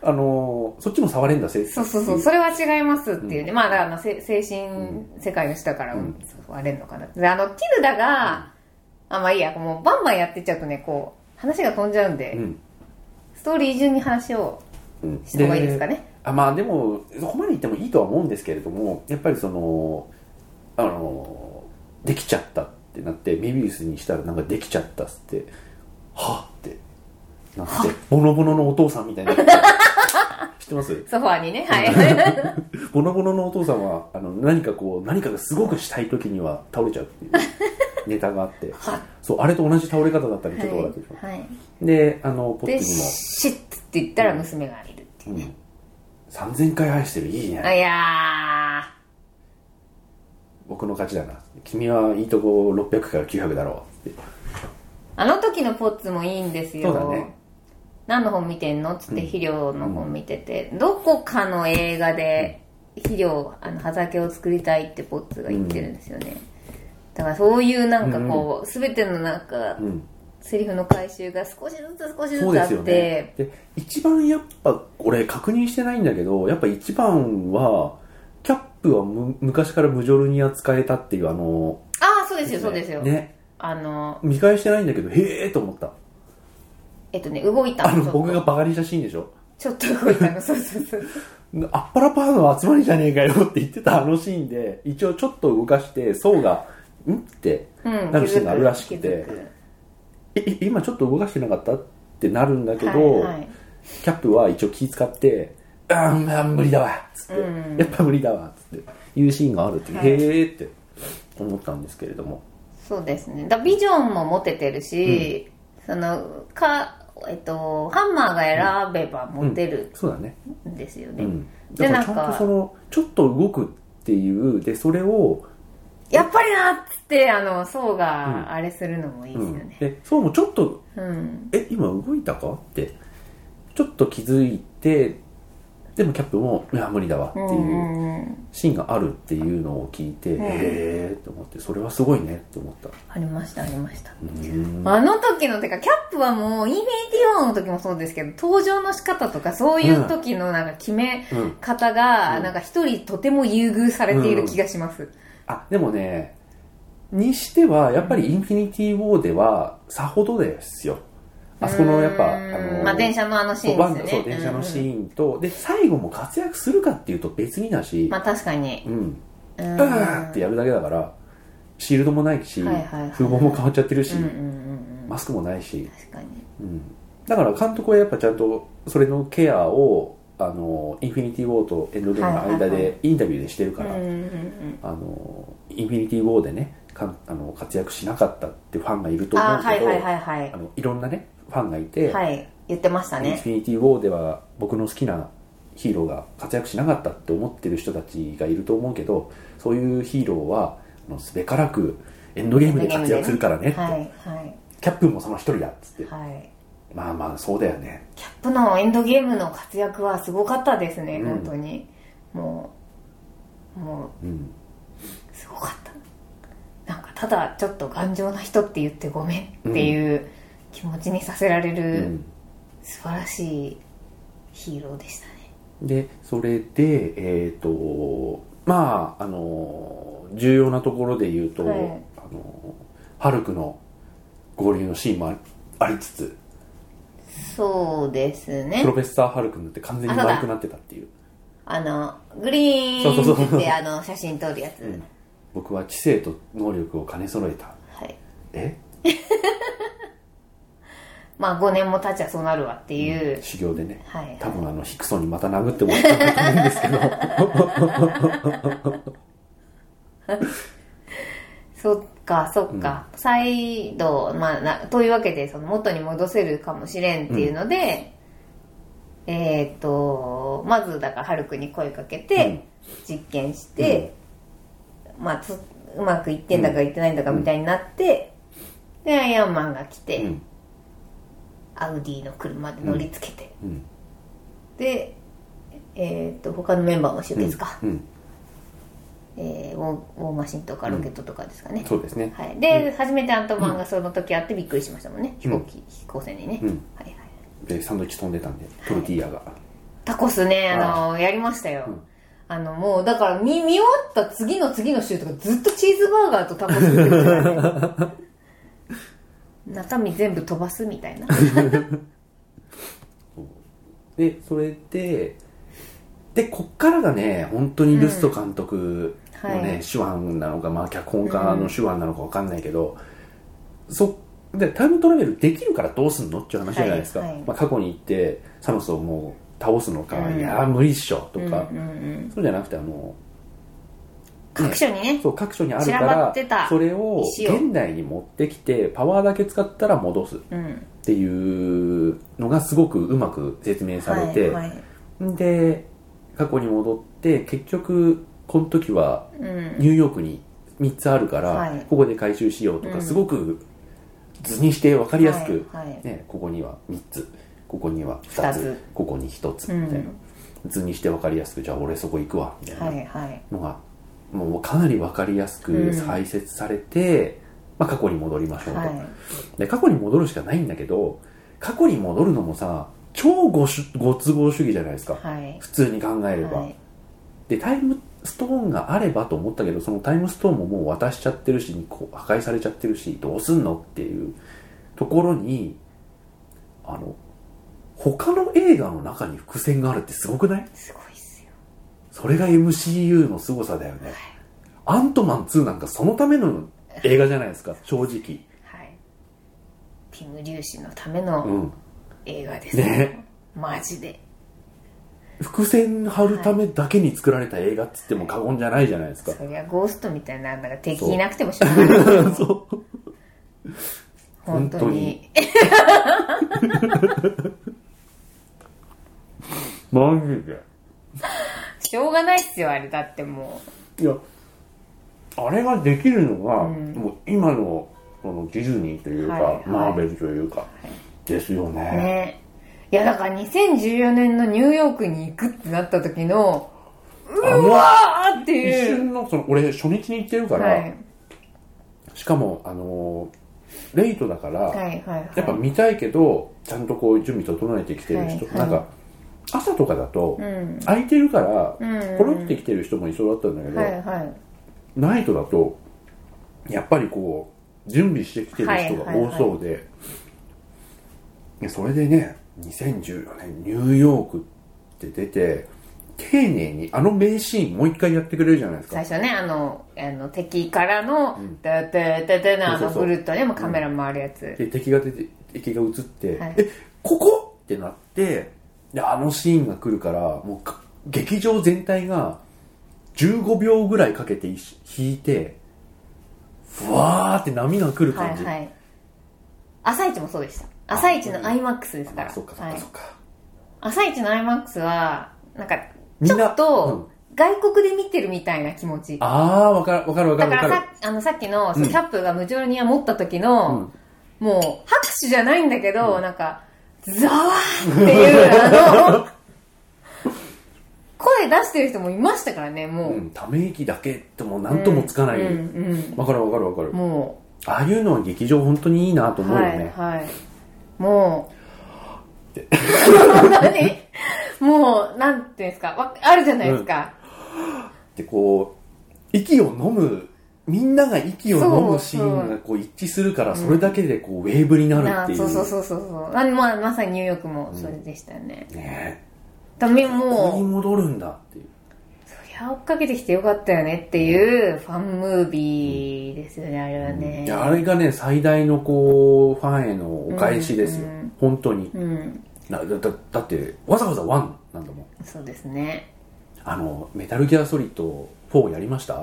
Speaker 1: あのーそっちも触れんだ、せ
Speaker 2: そうそうそう、それは違いますっていうね。まあ、だからまあ、せ精神世界の下から
Speaker 1: うん
Speaker 2: 割れるのかな。で、あの、ティルダが、あ、まあいいや、もうバンバンやってっちゃうとね、こう、話が飛んじゃうんで、
Speaker 1: うん。
Speaker 2: ストーリー順に話を
Speaker 1: うん
Speaker 2: した方がいいですかね。
Speaker 1: あまあでも、そこまで言ってもいいとは思うんですけれども、やっぱりその、あのーできちゃったってなって、メビウスにしたらなんかできちゃったっつって、はぁってなって、ボノボノのお父さんみたいになって。 知ってます
Speaker 2: ソファーにね、はい。
Speaker 1: ボノボノのお父さんはあの何かこう何かがすごくしたい時には倒れちゃうって いうネタがあって
Speaker 2: は
Speaker 1: そうあれと同じ倒れ方だったりちょっと笑ってしまう、
Speaker 2: はい。はい
Speaker 1: であのポッ
Speaker 2: で、
Speaker 1: キーにも
Speaker 2: シッって言ったら娘がいるっていうね。
Speaker 1: 3000回愛してるいいね、
Speaker 2: あ、いや
Speaker 1: 僕の勝ちだな君はいいとこ600から900だろうって
Speaker 2: ー。あの時のポッツもいいんです
Speaker 1: そ
Speaker 2: よ。
Speaker 1: うだね
Speaker 2: 何の本見てんのつって肥料の本見てて、どこかの映画で肥料あの畑を作りたいってポッツが言ってるんですよね、だからそういうなんかこう、全てのなんか
Speaker 1: うん
Speaker 2: セリフの回収が少しずつ少しず
Speaker 1: そう
Speaker 2: つ
Speaker 1: で
Speaker 2: あっ
Speaker 1: すよ
Speaker 2: て
Speaker 1: ねで一番やっぱ俺確認してないんだけどやっぱ一番はキャップはむ昔から無ジョルニア使えたっていうあの
Speaker 2: ああそうですよそうですよ、
Speaker 1: ね
Speaker 2: あの
Speaker 1: 見返してないんだけどへえと思った
Speaker 2: えっとね動いた
Speaker 1: あ
Speaker 2: の
Speaker 1: の僕がバカにしたシーンでしょ
Speaker 2: ちょっとちょっと動いたのそうそうそう
Speaker 1: あっぱらパーの集まりじゃねえかよって言ってたあのシーンで一応ちょっと動かして層がんって
Speaker 2: うん
Speaker 1: なるシーンがあるらしく
Speaker 2: 気づ
Speaker 1: て
Speaker 2: く気づく
Speaker 1: ええ今ちょっと動かしてなかったってなるんだけど、
Speaker 2: はいはい
Speaker 1: キャップは一応気使って「あーまあ無理だわ」っつって、
Speaker 2: うん
Speaker 1: やっぱ無理だわ」っつっていうシーンがあるって、
Speaker 2: はい
Speaker 1: へえって思ったんですけれども
Speaker 2: そうですね。だビジョンも持ててるし、その、か、えっと、ハンマーが選べば持てる
Speaker 1: そうだね、
Speaker 2: んですよ
Speaker 1: う
Speaker 2: ね。
Speaker 1: ん、
Speaker 2: で
Speaker 1: だからちゃん
Speaker 2: なん
Speaker 1: と
Speaker 2: か
Speaker 1: そのちょっと動くっていうでそれを、
Speaker 2: やっぱりなっつって、あの、層
Speaker 1: うん
Speaker 2: があれするのもいいで
Speaker 1: う
Speaker 2: すよ
Speaker 1: ん
Speaker 2: ね。
Speaker 1: でそうもちょっと
Speaker 2: うん。
Speaker 1: 「え今動いたか?」ってちょっと気づいてでもキャップも「いや無理だわ」って
Speaker 2: う
Speaker 1: い
Speaker 2: ん
Speaker 1: う。
Speaker 2: うん。
Speaker 1: シーンがあるっていうのを聞いて、
Speaker 2: ん
Speaker 1: へえと思ってそれはすごいねと思った
Speaker 2: ありました、ありました。
Speaker 1: うん
Speaker 2: あの時の、てか、キャップはもう、インフィニティウォーの時もそうですけど、登場の仕方とか、そういう時のなんか決め
Speaker 1: うん
Speaker 2: 方が、
Speaker 1: うん
Speaker 2: なんか一人とても優遇されている気がします。
Speaker 1: あでもねにしてはやっぱり「インフィニティ・ウォー」ではさほどですよあそこのやっぱ
Speaker 2: うん
Speaker 1: あの
Speaker 2: まあ、電車のあの
Speaker 1: そ
Speaker 2: シー
Speaker 1: う
Speaker 2: ン
Speaker 1: バ
Speaker 2: で
Speaker 1: ン
Speaker 2: すよ
Speaker 1: ド
Speaker 2: ね。
Speaker 1: そう電車のシ
Speaker 2: ン。
Speaker 1: ーンと、で最後も活躍するかっていうと別にだし、
Speaker 2: まあ、確かに。
Speaker 1: うん
Speaker 2: う。
Speaker 1: うんーってやるだけだからシールドもないし、
Speaker 2: はいはいはい
Speaker 1: 風貌も変わっちゃってるし、
Speaker 2: うんうんうんうん
Speaker 1: マスクもないし、
Speaker 2: 確かに
Speaker 1: うんだから監督はやっぱちゃんとそれのケアをあのインフィニティ・ウォーとエンドゲームの間
Speaker 2: はいはいは
Speaker 1: でインタビューでしてる
Speaker 2: う
Speaker 1: か
Speaker 2: ん
Speaker 1: ら、
Speaker 2: うんうん
Speaker 1: あのインフィニティ・ウォーでねかんあの活躍しなかったってファンがいると思う
Speaker 2: あ
Speaker 1: けど
Speaker 2: はいはいはいは
Speaker 1: あ
Speaker 2: い
Speaker 1: のいろんなねファンがいて、
Speaker 2: はい言ってました
Speaker 1: イン
Speaker 2: ね
Speaker 1: フィニティ・ウォーでは僕の好きなヒーローが活躍しなかったって思ってる人たちがいると思うけどそういうヒーローはあのすべからくエンドゲームで活躍するからねって、
Speaker 2: はいは
Speaker 1: キャップもその一人だっつって、
Speaker 2: いはい
Speaker 1: まあまあそうだよね
Speaker 2: キャップのエンドゲームの活躍はすごかったですね、
Speaker 1: うん
Speaker 2: 本当にもうも
Speaker 1: うん
Speaker 2: うすごかったなんかただちょっと頑丈な人って言ってごめんっていう気持ちにさせられ
Speaker 1: う
Speaker 2: る、
Speaker 1: ん
Speaker 2: 素晴らしいヒーローでしたね
Speaker 1: でそれでえっ、とまああの重要なところで言うと、
Speaker 2: はい
Speaker 1: あのハルクの合流のシーンもありありつつ
Speaker 2: そうですね
Speaker 1: プロフェッサー・ハルクになって完全に丸くなってたっていう、
Speaker 2: あのグリーンっ
Speaker 1: そ
Speaker 2: て
Speaker 1: うそう
Speaker 2: 言っ
Speaker 1: そう
Speaker 2: てあの写真撮るやつ、
Speaker 1: うん僕は知性と能力を兼ね揃えた
Speaker 2: はい
Speaker 1: え
Speaker 2: まあ5年も経っちゃそうなるわっていう、
Speaker 1: 修行でね
Speaker 2: はい
Speaker 1: 多分あのヒクソンにまた殴ってもらったんだと思うんですけど
Speaker 2: そっかそっか、再度まあなというわけでその元に戻せるかもしれんっていうので、えーっ、とまずだからハルクに声かけて実験して、まあつうまくいってんだかいってないんだかみたいになって、でアイアンマンが来て、
Speaker 1: うん
Speaker 2: アウディの車で乗りつけて、
Speaker 1: うん
Speaker 2: でえーっ、と他のメンバーも一緒ですか、
Speaker 1: うん、
Speaker 2: えーウォーウォーマシンとかロケットとかですかね、
Speaker 1: そうですね
Speaker 2: はい、で、初めてアントマンがその時会ってびっくりしましたもんね、飛行機飛行船にね、
Speaker 1: うん
Speaker 2: はいはい、
Speaker 1: でサンドイッチ飛んでたんでトルティーヤが、
Speaker 2: タコスねあのやりましたよ、
Speaker 1: ん
Speaker 2: あのもうだから見見終わった次の次の週とかずっとチーズバーガーとタコス食ってたから ね中身全部飛ばすみたいな
Speaker 1: でそれででこっからがね本当にルスト監督のね、
Speaker 2: うんはい
Speaker 1: 手腕なのか、まあ、脚本家の手腕なのかわかんないけど、そでタイムトラベルできるからどうすんのっていう話じゃないですか、
Speaker 2: はいはい
Speaker 1: まあ、過去に行ってサノスをもう倒すのか、
Speaker 2: うん
Speaker 1: いやー無理っしょとか、
Speaker 2: うんうんうん、
Speaker 1: そうじゃなくてあの
Speaker 2: 各所にね
Speaker 1: そう各所にあるか
Speaker 2: 散らば
Speaker 1: ら
Speaker 2: ってた
Speaker 1: それを
Speaker 2: 石を
Speaker 1: 現代に持ってきてパワーだけ使ったら戻すっ
Speaker 2: うん
Speaker 1: ていうのがすごくうまく説明されて、
Speaker 2: はいはい
Speaker 1: で過去に戻って結局この時は
Speaker 2: うん、
Speaker 1: ニューヨークに3つあるから、
Speaker 2: はい
Speaker 1: ここで回収しようとか、
Speaker 2: うん
Speaker 1: すごく図にして分かりやすく、
Speaker 2: はいはい
Speaker 1: ね、ここには3つここには2つ
Speaker 2: 二つ
Speaker 1: ここに1つ
Speaker 2: う
Speaker 1: みたいな、
Speaker 2: ん
Speaker 1: 図にして分かりやすくじゃあ俺そこ行くわみたいな。
Speaker 2: はいはい
Speaker 1: のがもうかなり分かりやす
Speaker 2: う
Speaker 1: く
Speaker 2: ん
Speaker 1: 解説されて、まあ、過去に戻りましょうと、
Speaker 2: は
Speaker 1: で過去に戻るしかないんだけど過去に戻るのもさ超ごしご都合主義じゃないですか、
Speaker 2: いはい
Speaker 1: 普通に考えれば、
Speaker 2: はい
Speaker 1: でタイムストーンがあればと思ったけどそのタイムストーンももう渡しちゃってるしこう破壊されちゃってるしどうすんのっていうところにあの他の映画の中に伏線があるってすごくない
Speaker 2: すごいっすよ
Speaker 1: それが MCU の凄さだよね、アントマン2なんかそのための映画じゃないですか正直
Speaker 2: はいピム粒子のための、
Speaker 1: うん
Speaker 2: 映画です
Speaker 1: ね
Speaker 2: マジで
Speaker 1: 伏線張るためだけに作られた映画っつっても過言じゃないじゃないですか
Speaker 2: そりゃゴーストみたいななんか敵いなくてもしょうがない
Speaker 1: そう
Speaker 2: 本当に
Speaker 1: マジで
Speaker 2: しょうがないっすよあれだっても
Speaker 1: いやあれができるのが、
Speaker 2: うん
Speaker 1: もう今のこのディズニーというか、
Speaker 2: はいはい
Speaker 1: マーベルというか、ですよね
Speaker 2: うねいやだから2014年のニューヨークに行くってなった時の
Speaker 1: う
Speaker 2: うわーって
Speaker 1: 一
Speaker 2: いう
Speaker 1: 瞬のその俺初日に行ってるから、
Speaker 2: はい
Speaker 1: しかもあのーレイトだから、
Speaker 2: はいはい
Speaker 1: やっぱ
Speaker 2: は
Speaker 1: 見たいけどちゃんとこう準備整えてきてる人、
Speaker 2: はいはい
Speaker 1: なんか朝とかだと
Speaker 2: いうん
Speaker 1: 空いてるから
Speaker 2: うん
Speaker 1: ポロってきてる人もいそうだったんだけど、
Speaker 2: はいはい
Speaker 1: ナイトだとやっぱりこう準備してきてる人が多そうで、でそれでね2014年ニューヨークって出て丁寧にあの名シーンもう一回やってくれるじゃないですか
Speaker 2: 最初ねあのあの敵からの「ダダダダ」のあ
Speaker 1: そうそ
Speaker 2: の
Speaker 1: うそう
Speaker 2: ブルッとねもうカメラ回るやつ
Speaker 1: で敵が出て敵が映って「
Speaker 2: はい
Speaker 1: えここ?」ってなってであのシーンが来るからもうか劇場全体が15秒ぐらいかけていし引いてふわーって波が来る
Speaker 2: は
Speaker 1: 感じ、
Speaker 2: いはい朝一もそうでした朝一の iMAX ですから
Speaker 1: あそっかそっ
Speaker 2: は
Speaker 1: か
Speaker 2: い
Speaker 1: そっか、
Speaker 2: 朝一の iMAX はなんか
Speaker 1: み
Speaker 2: ち
Speaker 1: んな
Speaker 2: ょっと外国で見てるみたいな気持ち
Speaker 1: ああわかるわかるわか
Speaker 2: だ
Speaker 1: るわ
Speaker 2: か
Speaker 1: からる
Speaker 2: さあのさっきの、そう
Speaker 1: うん
Speaker 2: キャップがムジョルニア持った時の、もう拍手じゃないんだけど、なんかザワーっていうあの声出してる人もいましたからねもう、
Speaker 1: うん、ため息だけってもう何ともつかないわ、
Speaker 2: うん
Speaker 1: かるわかるわかる、
Speaker 2: うん、も
Speaker 1: ああいうのは劇場本当にいいなと
Speaker 2: う
Speaker 1: 思うよね、
Speaker 2: はいはいも う何もうなんていうんですかわあるじゃないですか、
Speaker 1: でこう息を飲むみんなが息を飲むシーンがこう一致するからそれだけでこうウェーブになる
Speaker 2: な
Speaker 1: っていう、
Speaker 2: そうそうそうそうそうあまあまさにニューヨークもそれでしたよね、
Speaker 1: ね
Speaker 2: だみ
Speaker 1: えここ
Speaker 2: も
Speaker 1: に
Speaker 2: う
Speaker 1: 戻るんだっていう
Speaker 2: そりゃ追っかけてきてよかったよねっていうファンムービーですよねあれはね、
Speaker 1: いやあれがね最大のこうファンへのお返しですよ、
Speaker 2: うんう
Speaker 1: 本当に
Speaker 2: うん
Speaker 1: なだだだってわざわざワンなんだもん
Speaker 2: そうですね
Speaker 1: あのメタルギアソリッド4やりました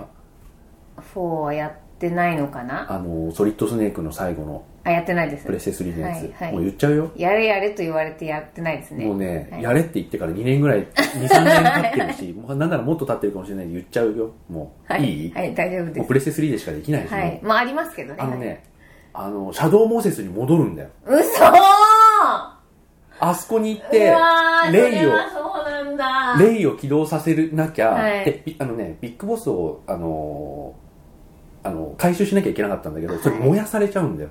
Speaker 2: 4はやってないのかな
Speaker 1: あのソリッドスネークの最後の
Speaker 2: あやってないです
Speaker 1: プレステ3のやつ、
Speaker 2: はいはい
Speaker 1: もう言っちゃうよ
Speaker 2: やれやれと言われてやってないですね
Speaker 1: もうね、
Speaker 2: はい
Speaker 1: やれって言ってから2年ぐらい、2、3年経ってるし、 もうなんならもっと経ってるかもしれないんで言っちゃうよ。もう、
Speaker 2: はい
Speaker 1: い、
Speaker 2: はい大丈夫で
Speaker 1: もう
Speaker 2: す
Speaker 1: プレステ3でしかできないし、もう
Speaker 2: はいまあありますけどね
Speaker 1: あのね、あの、シャドウモーセスに戻るんだよ。
Speaker 2: 嘘ー
Speaker 1: あそこに行って
Speaker 2: うわー、そ
Speaker 1: レイ
Speaker 2: れ
Speaker 1: を、
Speaker 2: はそうなんだ
Speaker 1: レイを起動させるなきゃ、
Speaker 2: はい
Speaker 1: でビあのね、ビッグボスを、あのーあの、回収しなきゃいけなかったんだけど、それ燃やされちゃうんだよ。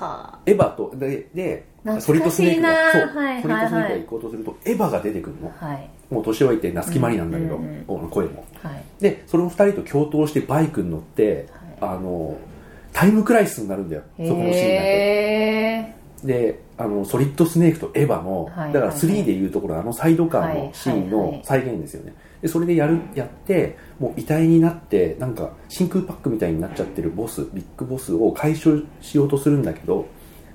Speaker 2: は
Speaker 1: エヴァと、で、で
Speaker 2: 懐かしいな
Speaker 1: ソリッドスネークが、そう、
Speaker 2: はい
Speaker 1: ソリッドスネー
Speaker 2: はい
Speaker 1: ク
Speaker 2: は
Speaker 1: が
Speaker 2: い
Speaker 1: 行こうとすると、エヴァが出てくるの。
Speaker 2: あはい
Speaker 1: もう年老いて、夏木マリなんだけど、
Speaker 2: うんうん
Speaker 1: 声も。
Speaker 2: はい
Speaker 1: でその2人と共闘してバイクに乗って、あのタイムクライシスになるんだよそこのシーンだけ
Speaker 2: へ
Speaker 1: であのソリッドスネークとエヴァの、
Speaker 2: はい
Speaker 1: だから
Speaker 2: はい
Speaker 1: 3でいうところのあのサイドカー
Speaker 2: は
Speaker 1: の
Speaker 2: い
Speaker 1: シーン
Speaker 2: はいは
Speaker 1: の
Speaker 2: い
Speaker 1: 再現ですよね、でそれでやるやってもう遺体になってなんか真空パックみたいになっちゃってるボスビッグボスを解消しようとするんだけど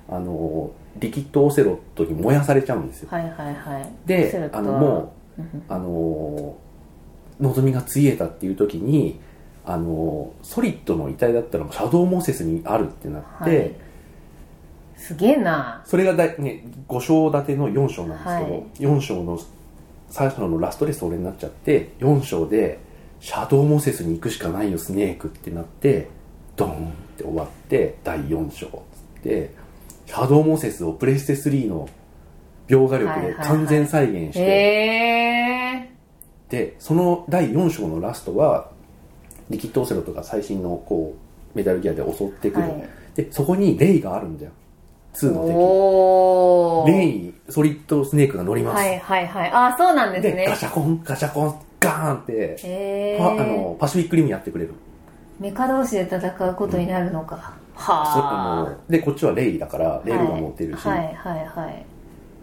Speaker 1: あのリキッドオセロットに燃やされちゃうんです
Speaker 2: ー
Speaker 1: よ
Speaker 2: はいはいはいセレ
Speaker 1: で
Speaker 2: クト
Speaker 1: あ
Speaker 2: は
Speaker 1: のもう
Speaker 2: うん
Speaker 1: あのー望みがついえたっていう時に、あのーソリッドの遺体だったらシャドウモーセスにあるってなって、
Speaker 2: はいすげえな
Speaker 1: それがだい、ね、5章立ての4章なん
Speaker 2: はい
Speaker 1: ですけど、4章の最初のラストレス俺になっちゃって4章でシャドウモーセスに行くしかないよスネークってなってドーンって終わって第4章っつってシャドウモーセスをプレステ3の描画力で完全再現して、
Speaker 2: へえ
Speaker 1: でその第4章のラストはリキッド・オセロとか最新のこうメタルギアで襲ってくる、
Speaker 2: はい
Speaker 1: でそこにレイがあるんだよ2の
Speaker 2: おお
Speaker 1: 敵レイにソリッド・スネークが乗ります、
Speaker 2: はいはいはいああそうなんです
Speaker 1: で
Speaker 2: ね
Speaker 1: ガシャコンガシャコンガーンって、
Speaker 2: へ
Speaker 1: パあ
Speaker 2: え
Speaker 1: のパシフィック・リムやってくれる
Speaker 2: メカ同士で戦うことになるのか
Speaker 1: そあ
Speaker 2: はあ
Speaker 1: のでこっちはレイだからレールが持ってるし、
Speaker 2: はいはいはいはい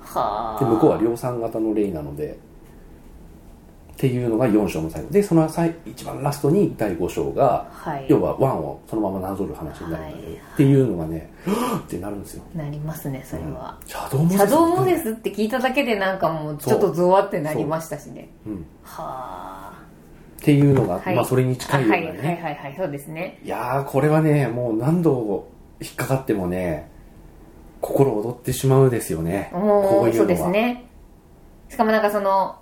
Speaker 2: はあ
Speaker 1: で向こうは量産型のレイなのでっていうのが4章の最後でその最一番ラストに第5章が
Speaker 2: はい
Speaker 1: 要はワンをそのままなぞる話になるんだけど、
Speaker 2: はい
Speaker 1: っていうのがね はぁってなるんですよ
Speaker 2: なりますねそれは、
Speaker 1: シャドウモ
Speaker 2: シャドウモ
Speaker 1: で
Speaker 2: ですすって聞いただけでなんかもうちょっとゾワってなりましたしね
Speaker 1: うん、っ
Speaker 2: はあ
Speaker 1: ていうのがあって、
Speaker 2: はい
Speaker 1: まあそれに近いようなね、
Speaker 2: はいはいはいはいそうですね
Speaker 1: いやーこれはねもう何度引っかかってもね心躍ってしまうですよねこ
Speaker 2: も
Speaker 1: う
Speaker 2: う
Speaker 1: いうのは
Speaker 2: そうですねしかもなんかその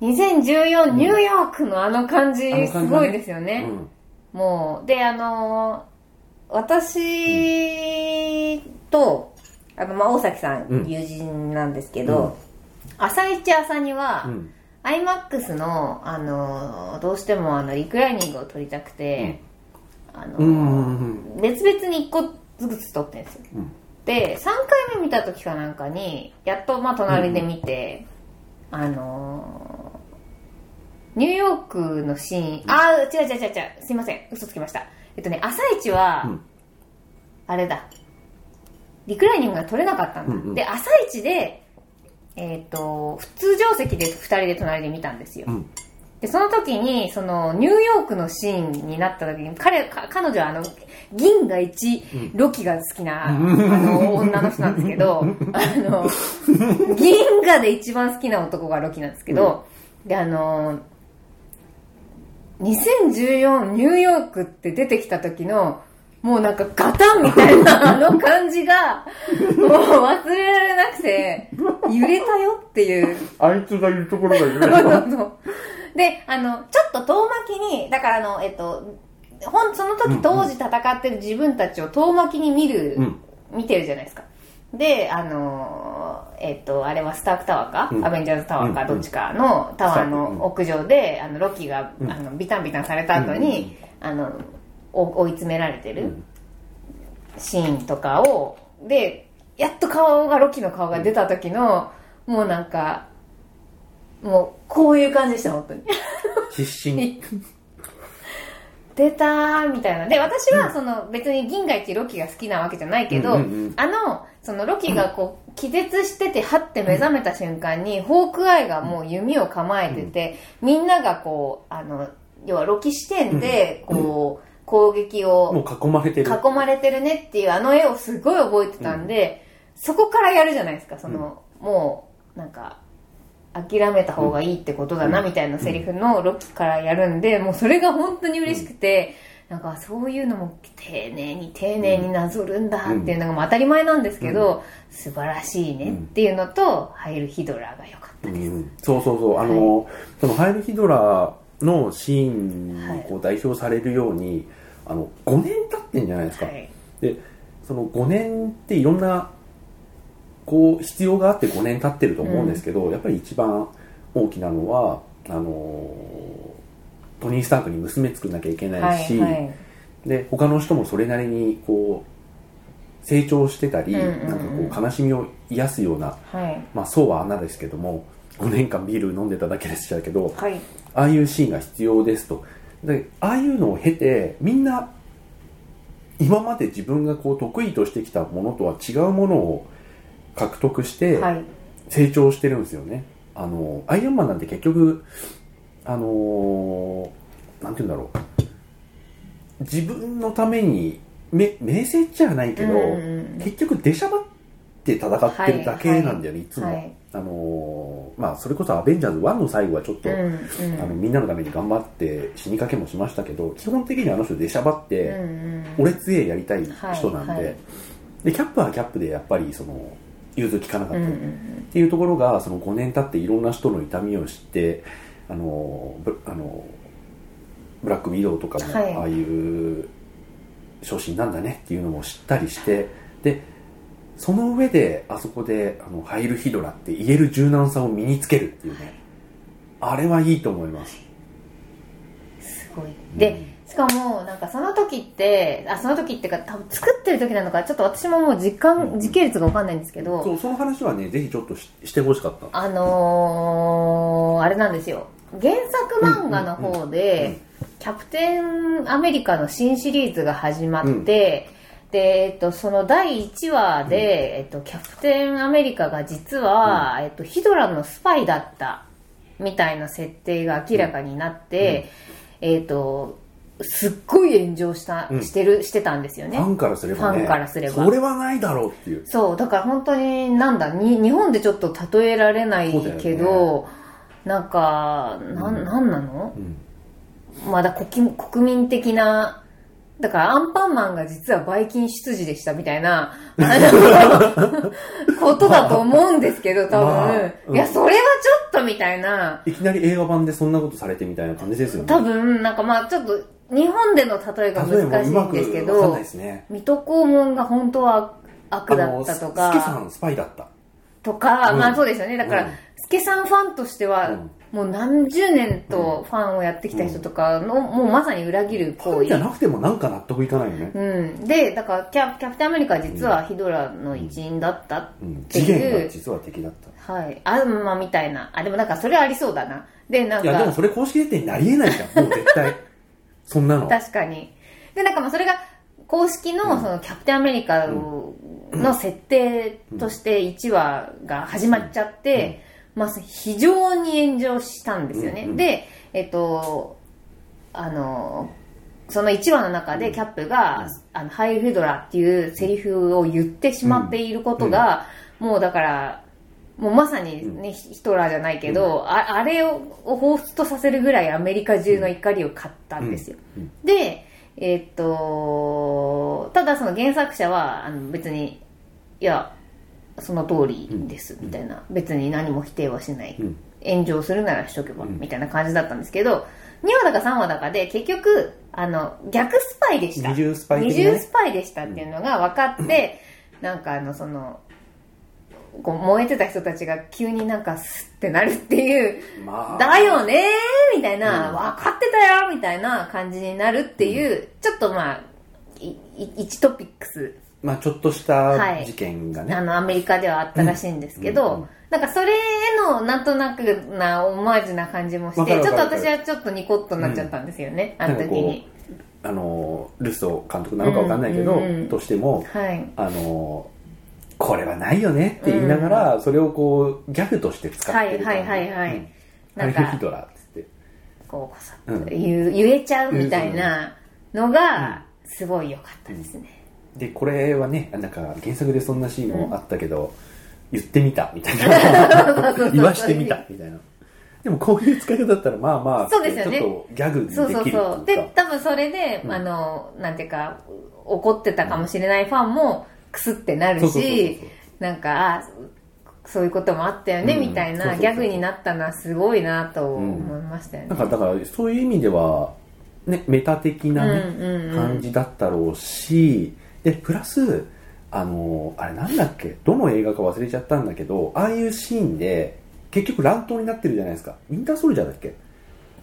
Speaker 2: 2014ニューヨークのあの感じ
Speaker 1: あの感じが
Speaker 2: す
Speaker 1: ね
Speaker 2: ごいですよ
Speaker 1: う
Speaker 2: ね
Speaker 1: ん、
Speaker 2: もうであのー私と、あのまあ大崎さん、
Speaker 1: うん
Speaker 2: 友人なんですけど、朝一朝には、
Speaker 1: うん、
Speaker 2: iMAX の、あのーどうしてもあのリクライニングを撮りたくて、あのー
Speaker 1: うんうんうん
Speaker 2: 別々に1個ずつ撮ってるんですよ、
Speaker 1: うん
Speaker 2: で3回目見た時かなんかにやっとまあ隣で見て、あのーニューヨークのシーン、ああ違う違う違う違うすいません嘘つきましたえっとね朝一は、
Speaker 1: うん
Speaker 2: あれだリクライニングが取れなかったんだ、
Speaker 1: うんうん
Speaker 2: で朝一でえっと普通定石で2人で隣で見たんですよ、
Speaker 1: うん
Speaker 2: で、その時に、その、ニューヨークのシーンになった時に、彼、か彼女はあの、銀河一、ロキが好きな、あの、女の人なんですけど、あの、銀河で一番好きな男がロキなんですけど、で、あの、2014ニューヨークって出てきた時の、もうなんかガタンみたいなあの感じが、もう忘れられなくて、揺れたよっていう。
Speaker 1: あいつが言うところが言え
Speaker 2: そう
Speaker 1: ない
Speaker 2: そうそうで、あの、ちょっと遠巻きに、だからあの、えっと、ほんその時当時戦ってる自分たちを遠巻きに見る、
Speaker 1: うん
Speaker 2: 見てるじゃないですか。で、あの、えっと、あれはスタークタワーか、
Speaker 1: うん
Speaker 2: アベンジャーズタワーか、
Speaker 1: うん
Speaker 2: どっちかのタワー
Speaker 1: うん
Speaker 2: の屋上で、あの、ロキが、あの、ビタンビタンされた後に、あの、お追い詰められてる、
Speaker 1: うん
Speaker 2: シーンとかを、で、やっと顔が、ロキの顔が出た時の、もうなんか、もう、こういう感じでした、本当に。
Speaker 1: 必死に。
Speaker 2: 出たーみたいな。で、私は、その、別に銀河一ロキが好きなわけじゃないけど、
Speaker 1: うんうんうん
Speaker 2: あの、その、ロキがこう、気絶してて、はって目覚めた瞬間に、ホークアイがもう弓を構えてて、みんながこう、あの、要はロキ視点で、こう、攻撃を、
Speaker 1: もう囲まれてる。
Speaker 2: 囲まれてるねっていうあの絵をすごい覚えてたんで、そこからやるじゃないですかその、もうなんか諦めた方がいいってことだな
Speaker 1: うん
Speaker 2: みたいなセリフのロキからやるんでもうそれが本当に嬉しくて、なんかそういうのも丁寧に丁寧になぞるんだっていうのがまあ当たり前なんですけど、素晴らしいねっていうのと、ハイルヒドラーが良かったです、
Speaker 1: うんそうそうそう。あの、そのハイルヒドラーのシーンにこう代表されるように、あの、5年経ってんじゃないですか。
Speaker 2: はい
Speaker 1: で、その5年っていろんな、こう、必要があって5年経ってると思うんですけど、やっぱり一番大きなのは、あの、トニー・スタークに娘作んなきゃいけないし、
Speaker 2: はい
Speaker 1: で他の人もそれなりにこう成長してたり、
Speaker 2: うんうんうん
Speaker 1: なんかこう悲しみを癒すような、
Speaker 2: はい
Speaker 1: まあ、そうは穴ですけども5年間ビール飲んでただけでしたけど
Speaker 2: はい
Speaker 1: ああいうシーンが必要ですとでああいうのを経てみんな今まで自分がこう得意としてきたものとは違うものを獲得して
Speaker 2: はい
Speaker 1: 成長してるんですよね、あのアイアンマンなんて結局あのーなんて言うんだろう自分のためにめ名声じゃないけど、
Speaker 2: うんうん
Speaker 1: 結局出しゃばって戦ってるだけなんだよね、いつも、
Speaker 2: はい
Speaker 1: あのーまあそれこそ「アベンジャーズ1」の最後はちょっと、
Speaker 2: うん
Speaker 1: あのみんなのために頑張って死にかけもしましたけど基本的にあの人出しゃばって、
Speaker 2: うんうん
Speaker 1: 俺強えやりたい人なんで、
Speaker 2: はいはい
Speaker 1: でキャップはキャップでやっぱりその融通きかなかっ
Speaker 2: う
Speaker 1: た
Speaker 2: ん
Speaker 1: り
Speaker 2: う
Speaker 1: とか
Speaker 2: ん
Speaker 1: っていうところがその5年経っていろんな人の痛みを知ってあのブあのブラックウィドウとかも
Speaker 2: はい
Speaker 1: ああいう昇進なんだねっていうのも知ったりしてでその上であそこであのハイルヒドラって言える柔軟さを身につけるっていうねあれはいいと思います
Speaker 2: すごいで、しかもなんかその時ってあその時ってか多分作ってる時なのかちょっと私ももう時間時系列が分かんないんですけ
Speaker 1: うんそ
Speaker 2: ど
Speaker 1: うその話はねぜひちょっとししてほしかった
Speaker 2: あのー、あれなんですよ原作漫画の方
Speaker 1: うんうんうん
Speaker 2: で「キャプテンアメリカ」の新シリーズが始まって、でえっと、その第1話で、えっと、キャプテンアメリカが実は、えっと、ヒドラのスパイだったみたいな設定が明らかになって、えっとすっごい炎上した、
Speaker 1: うん
Speaker 2: してるしてたんですよね
Speaker 1: ファンからすればね
Speaker 2: ファンからすれば
Speaker 1: それはないだろうっていう
Speaker 2: そうだから本当になんだに日本でちょっと例えられない
Speaker 1: そうだよね
Speaker 2: けど、なんかな,、
Speaker 1: うん
Speaker 2: ん、なんなの
Speaker 1: うん
Speaker 2: まだ国国民的なだからアンパンマンが実はバイキン出自でしたみたいな、 あのことだと思うんですけど、多分。
Speaker 1: まあうん
Speaker 2: いや、それはちょっとみたいな、
Speaker 1: いきなり映画版でそんなことされてみたいな感じですよね
Speaker 2: 多分、なんかまあちょっと、日本での例えが
Speaker 1: 例えば
Speaker 2: 難し
Speaker 1: う
Speaker 2: い
Speaker 1: ま
Speaker 2: ん
Speaker 1: く
Speaker 2: ですけ
Speaker 1: わかん
Speaker 2: ど
Speaker 1: ない、ですね
Speaker 2: 水戸黄門が本当は悪だったと
Speaker 1: あ
Speaker 2: か。
Speaker 1: のスケさんスパイだった
Speaker 2: とか、
Speaker 1: うん
Speaker 2: まあそうですよね。だから、
Speaker 1: うん
Speaker 2: スケさんファンとしては、
Speaker 1: うん
Speaker 2: もう何十年とファンをやってきた人とかの、もうまさに裏切る
Speaker 1: ファ
Speaker 2: 行
Speaker 1: ンじゃ
Speaker 2: 為。
Speaker 1: なくてもなんか納得いかないよね、
Speaker 2: うん。で、だからキャ、キャプテンアメリカは実はヒドラの一員だったっ
Speaker 1: うん、
Speaker 2: て
Speaker 1: 次
Speaker 2: いう。
Speaker 1: 元が実は敵だった
Speaker 2: はい。あんまみたいな。あ、でもなんかそれありそうだな。で、なん
Speaker 1: いやでも
Speaker 2: か、
Speaker 1: それ公式決定になりえないじゃんもう絶対そんなの
Speaker 2: 確かに。で、なんかまあそれが、公式のそのキャプテンアメリカをの設定として1話が始まっちゃって、まあ、非常に炎上したんですよね。
Speaker 1: うんうん
Speaker 2: で、えっと、あの、その1話の中でキャップが、あのハイフドラっていうセリフを言ってしまっていることが、もうだから、もうまさにね、ヒヒトラーじゃないけど、ああれをを彷彿とさせるぐらいアメリカ中の怒りを買ったんですよ。で、えっと、ただその原作者は、あの別に、いや、その通りです、みたいな。別に何も否定はしない。
Speaker 1: ん
Speaker 2: 炎上するならしとけば、みたいな感じだったんですけど、2話だか3話だかで、結局、あの、逆スパイでした。
Speaker 1: 二重スパイ的
Speaker 2: 二
Speaker 1: なね
Speaker 2: 重スパイでしたっていうのが分かって、なんかあの、その、こう燃えてた人たちが急になんかスッてなるっていう、
Speaker 1: まあ
Speaker 2: だよねーみたいな、
Speaker 1: うん
Speaker 2: 分かってたよみたいな感じになるっていう、ちょっとまあ、いい1トピックス
Speaker 1: まあちょっとし
Speaker 2: は
Speaker 1: た
Speaker 2: い
Speaker 1: 事件がね、
Speaker 2: あの、アメリカではあったらしいんですけど、
Speaker 1: うん
Speaker 2: なんかそれへのなんとなくなオマージュな感じもし
Speaker 1: わか
Speaker 2: て、
Speaker 1: る
Speaker 2: ちょっと
Speaker 1: わかる
Speaker 2: 私はちょっとニコッとなっちゃったんですよね、
Speaker 1: な
Speaker 2: あの
Speaker 1: んか
Speaker 2: 時
Speaker 1: こ
Speaker 2: に。
Speaker 1: うあのルソー監督なのかわかんないけど、
Speaker 2: うんうんうん
Speaker 1: としても
Speaker 2: はい。
Speaker 1: あのこれはないよねって言いながら、それをこうギャグとして使ってる
Speaker 2: はいはいはいはい
Speaker 1: うん、
Speaker 2: なんか
Speaker 1: ハリウッドラーっつって
Speaker 2: こう、こそっ
Speaker 1: うん
Speaker 2: と言う言えちゃうみたいなのが、すごい良かったですね。
Speaker 1: でこれはねなんか原作でそんなシーンもあったけど、言ってみたみたい な言わしてみたみたいなでもこういう使い方だったらまあまあ
Speaker 2: そうですよね
Speaker 1: ちょっとギャグにで
Speaker 2: そうそう
Speaker 1: きるっていうか
Speaker 2: そう。で、多分それで、
Speaker 1: うん
Speaker 2: あの、なんていうか、怒ってたかもしれないファンも、クスってなる
Speaker 1: そうそうそうそう
Speaker 2: し、なんか、あそういうこともあったよね、
Speaker 1: うん
Speaker 2: みたい
Speaker 1: そうそう
Speaker 2: な
Speaker 1: そう
Speaker 2: ギャグになったのはすごいなと思いましたよね。
Speaker 1: なんかだからそういう意味では、ね、メタ的な、ね
Speaker 2: うんうんうん
Speaker 1: 感じだったろうしでプラスあのあれなんだっけどの映画か忘れちゃったんだけどああいうシーンで結局乱闘になってるじゃないですかウィンターソルジャーだっけ、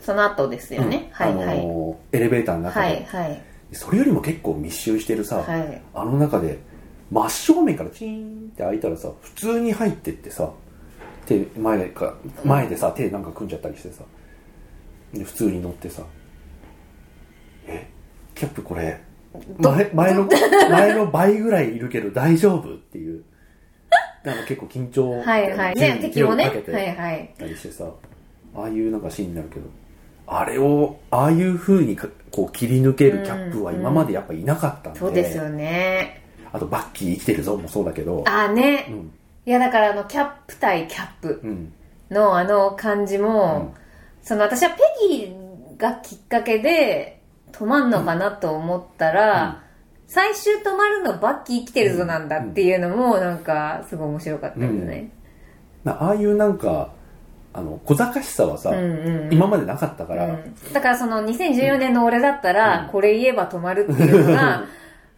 Speaker 2: その後ですよね。
Speaker 1: うん
Speaker 2: はいは
Speaker 1: あ
Speaker 2: い。
Speaker 1: のエレベーターの中で、
Speaker 2: はいはい。
Speaker 1: それよりも結構密集してるさ、
Speaker 2: はい。
Speaker 1: あの中で真正面からチーンって開いたらさ普通に入ってってさ手前でか前でさ手なんか組んじゃったりしてさで普通に乗ってさえキャップこれ前前の 前の倍ぐらいいるけど大丈夫っていうなんか結構緊張
Speaker 2: はいはい。ね、
Speaker 1: 銃に
Speaker 2: 敵
Speaker 1: 手を
Speaker 2: も
Speaker 1: か
Speaker 2: ね。
Speaker 1: けて
Speaker 2: はいはい。
Speaker 1: たりしてさああいうなんかシーンになるけどあれをああいう風にかこう切り抜けるキャップは今までやっぱいなかったんで、
Speaker 2: そうですよね。
Speaker 1: あとバッキー生きてるぞもそうだけど
Speaker 2: あー
Speaker 1: う
Speaker 2: ね。
Speaker 1: ん
Speaker 2: いやだからあの、キャップ対キャップ
Speaker 1: うん
Speaker 2: のあの感じも、その私はペギーがきっかけで止まんのかなと思ったら、最終止まるのバッキー生きてるぞなんだっていうのもなんかすごい面白かったですね。
Speaker 1: なああいうなんかあの小賢しさはさ、
Speaker 2: うんうん。
Speaker 1: 今までなかったから、
Speaker 2: うん、だからその2014年の俺だったら、これ言えば止まるっていうのが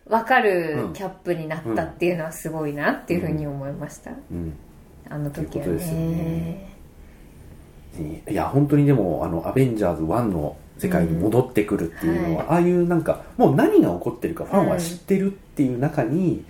Speaker 2: 分かるキャップになったっていうのはすごいなっていうふうに思いました、
Speaker 1: うん
Speaker 2: あの時は
Speaker 1: ということ
Speaker 2: ね
Speaker 1: ですよねいや本当にでも「あのアベンジャーズ1」の世界に戻ってくるっていうのは、
Speaker 2: う
Speaker 1: ああいうなんかもう何が起こってるかファンは知ってるっていう中に、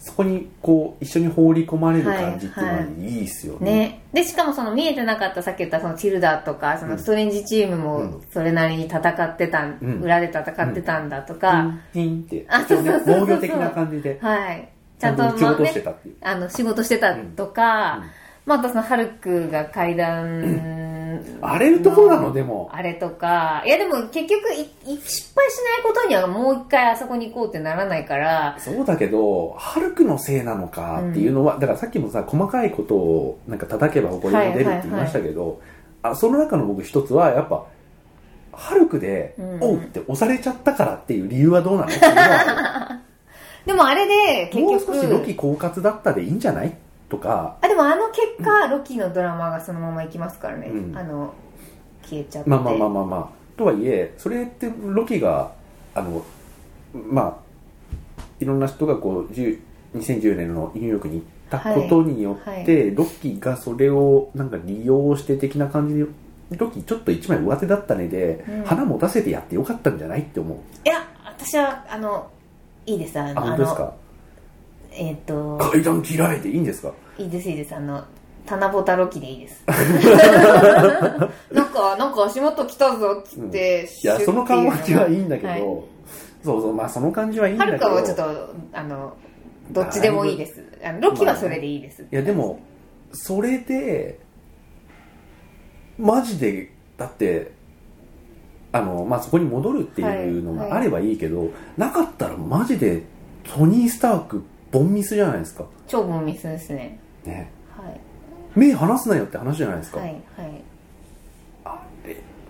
Speaker 1: そこにこう一緒に放り込まれる感じっていうのは
Speaker 2: はい
Speaker 1: いいですよね。
Speaker 2: ね、でしかもその見えてなかったさっき言ったそのチルダーとかそのストレンジチーム
Speaker 1: う
Speaker 2: も
Speaker 1: ん
Speaker 2: それなりに戦ってた、ん
Speaker 1: うん
Speaker 2: 裏で戦ってたんだとか、
Speaker 1: ピンピンって
Speaker 2: あそうそうそうそう
Speaker 1: 防御的な感じで
Speaker 2: はいちゃんと
Speaker 1: 撃ち落と
Speaker 2: まあ
Speaker 1: して
Speaker 2: ね
Speaker 1: たっていう。
Speaker 2: あの仕事してたとか、
Speaker 1: うんうん
Speaker 2: まあ、あとそのハルクが階段、
Speaker 1: あれとこなのでも
Speaker 2: あれとか、いやでも結局いい失敗しないことにはもう一回あそこに行こうってならないから、
Speaker 1: そうだけど、ハルクのせいなのかっていうのは、だからさっきもさ、細かいことをなんか叩けば誇りも出るって言いましたけど、あその中の僕一つは、やっぱ、ハルクで、
Speaker 2: うん
Speaker 1: おうって押されちゃったからっていう理由はどうなのっていうのは、
Speaker 2: でもあれで 結
Speaker 1: もう少しロ
Speaker 2: 局、
Speaker 1: キ狡猾だったでいいんじゃないとか、
Speaker 2: あ、でもあの結果、ロキのドラマがそのまま行きますからね。
Speaker 1: うん
Speaker 2: あの、消えちゃって。
Speaker 1: まあまあまあまあまあ、とはいえ、それってロキが、あの、まあ、いろんな人がこう、10 2010年のニューヨークに行ったことによって、
Speaker 2: はいは
Speaker 1: ロッキーがそれをなんか利用して的な感じで、ロキちょっと一枚上手だったねで、
Speaker 2: うん
Speaker 1: 花持たせてやってよかったんじゃないって思う。
Speaker 2: いや、私は、あの、いいです、あ
Speaker 1: あ、
Speaker 2: の、
Speaker 1: 本
Speaker 2: あ
Speaker 1: 当です
Speaker 2: の
Speaker 1: か
Speaker 2: えっ、と、
Speaker 1: 階段嫌いでいいんですか
Speaker 2: いいです、いいです、あの、七夕ロキでいいです。 なんか、なんか足元来たぞっつって、
Speaker 1: いや、その感じはいいんだけど、
Speaker 2: はい
Speaker 1: そうそう、まあその感じはいいん
Speaker 2: は
Speaker 1: だけ
Speaker 2: る
Speaker 1: ど、
Speaker 2: かはちょっとあのどっちでもいいですあのロキはそれでいいです、
Speaker 1: いやでも、それでマジでだってあの、まあ、そこに戻るっていうの
Speaker 2: は
Speaker 1: が
Speaker 2: いは
Speaker 1: あ
Speaker 2: い
Speaker 1: ればいいけど、なかったらマジでトニー・スタークボンミスじゃないですか、
Speaker 2: 超ボンミスですね
Speaker 1: ね、
Speaker 2: はい
Speaker 1: 目離すなよって話じゃないですか、
Speaker 2: はいはい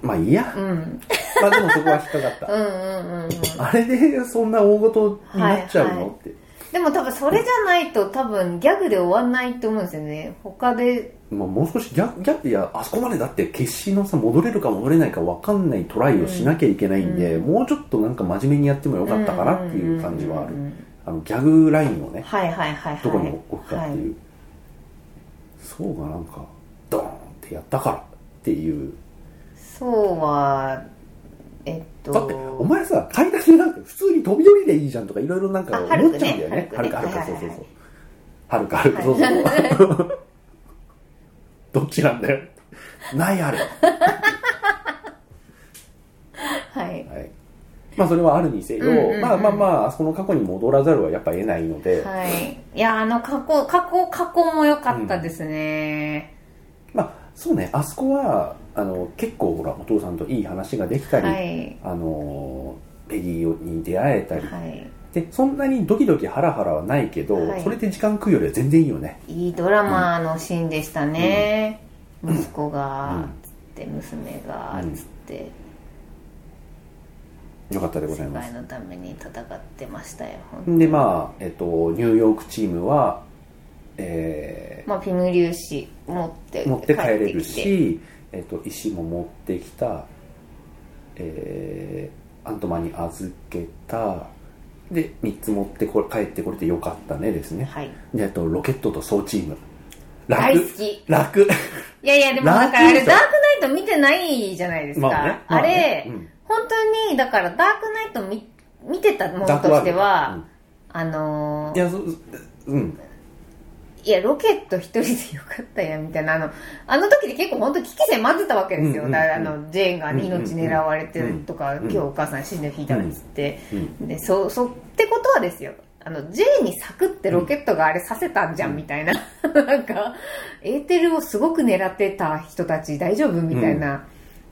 Speaker 1: まあいいや
Speaker 2: うん
Speaker 1: まあでもそこは引っかかっ た
Speaker 2: うんうんうんうん
Speaker 1: あれでそんな大事になっちゃうの、
Speaker 2: はいはい
Speaker 1: って
Speaker 2: でも多分それじゃないと多分ギャグで終わんないと思うんですよね他で
Speaker 1: まあ、もう少しギャギャいやあそこまでだって決死のさ戻れるか戻れないか分かんないトライをしなきゃいけないんで、
Speaker 2: うん
Speaker 1: もうちょっとなんか真面目にやってもよ
Speaker 2: 良
Speaker 1: かったかなっていう感じはある、
Speaker 2: る
Speaker 1: あのギャグラインをね
Speaker 2: はいはいはいはい
Speaker 1: どこに置くかっていう、
Speaker 2: は
Speaker 1: そうがなんかドーンってやったからっていう
Speaker 2: そうはえっと
Speaker 1: だってお前さ階段でなんか普通に飛び降りでいいじゃんとかいろいろなんか
Speaker 2: あ
Speaker 1: 思っちゃ
Speaker 2: ハ
Speaker 1: う
Speaker 2: ル
Speaker 1: ん
Speaker 2: ク
Speaker 1: だ
Speaker 2: ね
Speaker 1: よねは
Speaker 2: ハ
Speaker 1: る
Speaker 2: ルク
Speaker 1: かは
Speaker 2: ね
Speaker 1: るか
Speaker 2: はい
Speaker 1: そうそ
Speaker 2: はい
Speaker 1: う
Speaker 2: は
Speaker 1: そ
Speaker 2: いう
Speaker 1: はるかはるかそうそうそう どっちなんだよないある
Speaker 2: はい
Speaker 1: はい、まあそれはあるにせよ、
Speaker 2: うんうんうん
Speaker 1: まあまあまあその過去に戻らざるはやっぱ得ないので、
Speaker 2: はいいやあの過去過去過去も良かったですね、
Speaker 1: まあそうねあそこはあの結構ほらお父さんといい話ができたり、
Speaker 2: はい
Speaker 1: あのペギーに出会えたり、
Speaker 2: はい
Speaker 1: でそんなにドキドキハラハラはないけど、
Speaker 2: はい
Speaker 1: それで時間食うよりは全然いいよね
Speaker 2: いいドラマのシーンでしたね、息子が、
Speaker 1: うん
Speaker 2: つって娘が、
Speaker 1: うん
Speaker 2: つって
Speaker 1: よかったでござい
Speaker 2: 世
Speaker 1: ま
Speaker 2: 界
Speaker 1: す
Speaker 2: のために戦ってましたよ本当に
Speaker 1: でまあえっとニューヨークチームはえ
Speaker 2: まあ、ピム粒子持って
Speaker 1: ー持って帰れる
Speaker 2: 帰ってきて
Speaker 1: しえっと、石も持ってきた、えーアントマンに預けたで3つ持ってこれ帰ってこれてよかったねですね
Speaker 2: はい
Speaker 1: であとロケットと総チーム楽
Speaker 2: 大好き
Speaker 1: 楽
Speaker 2: いやいやでも
Speaker 1: ラー
Speaker 2: だからあ
Speaker 1: キ
Speaker 2: れ
Speaker 1: ー
Speaker 2: ダ
Speaker 1: じ
Speaker 2: ーク
Speaker 1: ゃん
Speaker 2: ナイト見てないじゃないですか、
Speaker 1: まあ
Speaker 2: あ
Speaker 1: ねまあね
Speaker 2: れ、
Speaker 1: うん
Speaker 2: 本当にだからダークナイト見見てたもの
Speaker 1: ダー
Speaker 2: と
Speaker 1: クワー
Speaker 2: し
Speaker 1: ル
Speaker 2: て
Speaker 1: ド
Speaker 2: は、あの
Speaker 1: い
Speaker 2: ー
Speaker 1: やそうん
Speaker 2: いやロケット一人でよかったやみたいなあのあの時で結構本当危機性混ぜたわけで
Speaker 1: う
Speaker 2: すよ、
Speaker 1: んうんうん
Speaker 2: だからあのジェーンが
Speaker 1: うんうんうん
Speaker 2: 命狙われてるとか、
Speaker 1: うん
Speaker 2: 今日お母さん死んで引いたっつって、
Speaker 1: うん
Speaker 2: でそうそうってことはですよあの J にサクってロケットがあれさせたんじゃんみたいな、 なんかエーテルをすごく狙ってた人たち大丈夫みたいな、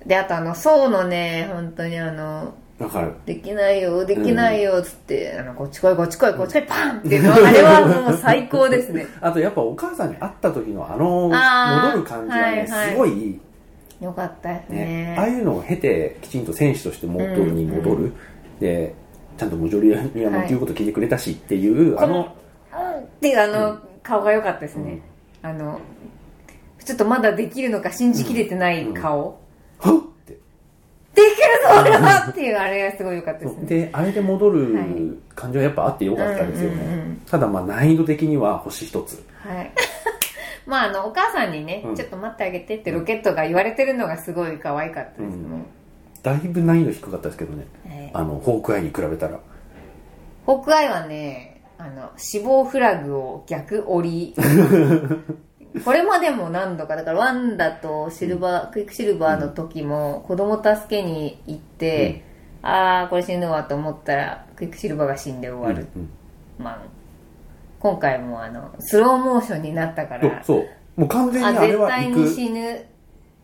Speaker 2: であとあの層のね本当にあの
Speaker 1: わかる
Speaker 2: できないよできないよっつって、あのこっち来いこっち来いこっち来いパンっていうのはあれはもう最高で すね
Speaker 1: あとやっぱお母さんに会った時のあの
Speaker 2: あー
Speaker 1: 戻る感じはね、
Speaker 2: はいはい
Speaker 1: すごいいい
Speaker 2: よかったです
Speaker 1: ね
Speaker 2: ね
Speaker 1: ああいうのを経てきちんと選手として元に戻る、
Speaker 2: うん
Speaker 1: でちゃんとモジョリアニアの言うこと聞いてくれたしっていう、
Speaker 2: はい
Speaker 1: あの
Speaker 2: うんっていうあの、顔が良かったですね、あのちょっとまだできるのか信じきれてない顔、
Speaker 1: はっって
Speaker 2: できるぞ俺はっていうあれがすごい良かったですね
Speaker 1: であれで戻
Speaker 2: はい
Speaker 1: る感じはやっぱあってよかったですよね、
Speaker 2: うんうんうん
Speaker 1: ただまあ難易度的には星一つ
Speaker 2: はい まああのお母さんにね、
Speaker 1: うん
Speaker 2: ちょっと待ってあげてってロケットが言われてるのがすごい可愛かったですもん、
Speaker 1: だいぶ難易度低かったですけどね
Speaker 2: はい
Speaker 1: あのホークアイに比べたら
Speaker 2: ホークアイはねあの死亡フラグを逆 折りこれまでも何度かだからワンダとシルバー、クイックシルバーの時も子供助けに行って、ああこれ死ぬわと思ったらクイックシルバーが死んで終わる、
Speaker 1: うん
Speaker 2: まあ今回もあのスローモーションになったか
Speaker 1: うん
Speaker 2: ら
Speaker 1: そうもう完全に
Speaker 2: あ
Speaker 1: あれ
Speaker 2: 絶
Speaker 1: は
Speaker 2: 対
Speaker 1: 行
Speaker 2: に
Speaker 1: く
Speaker 2: 死ぬ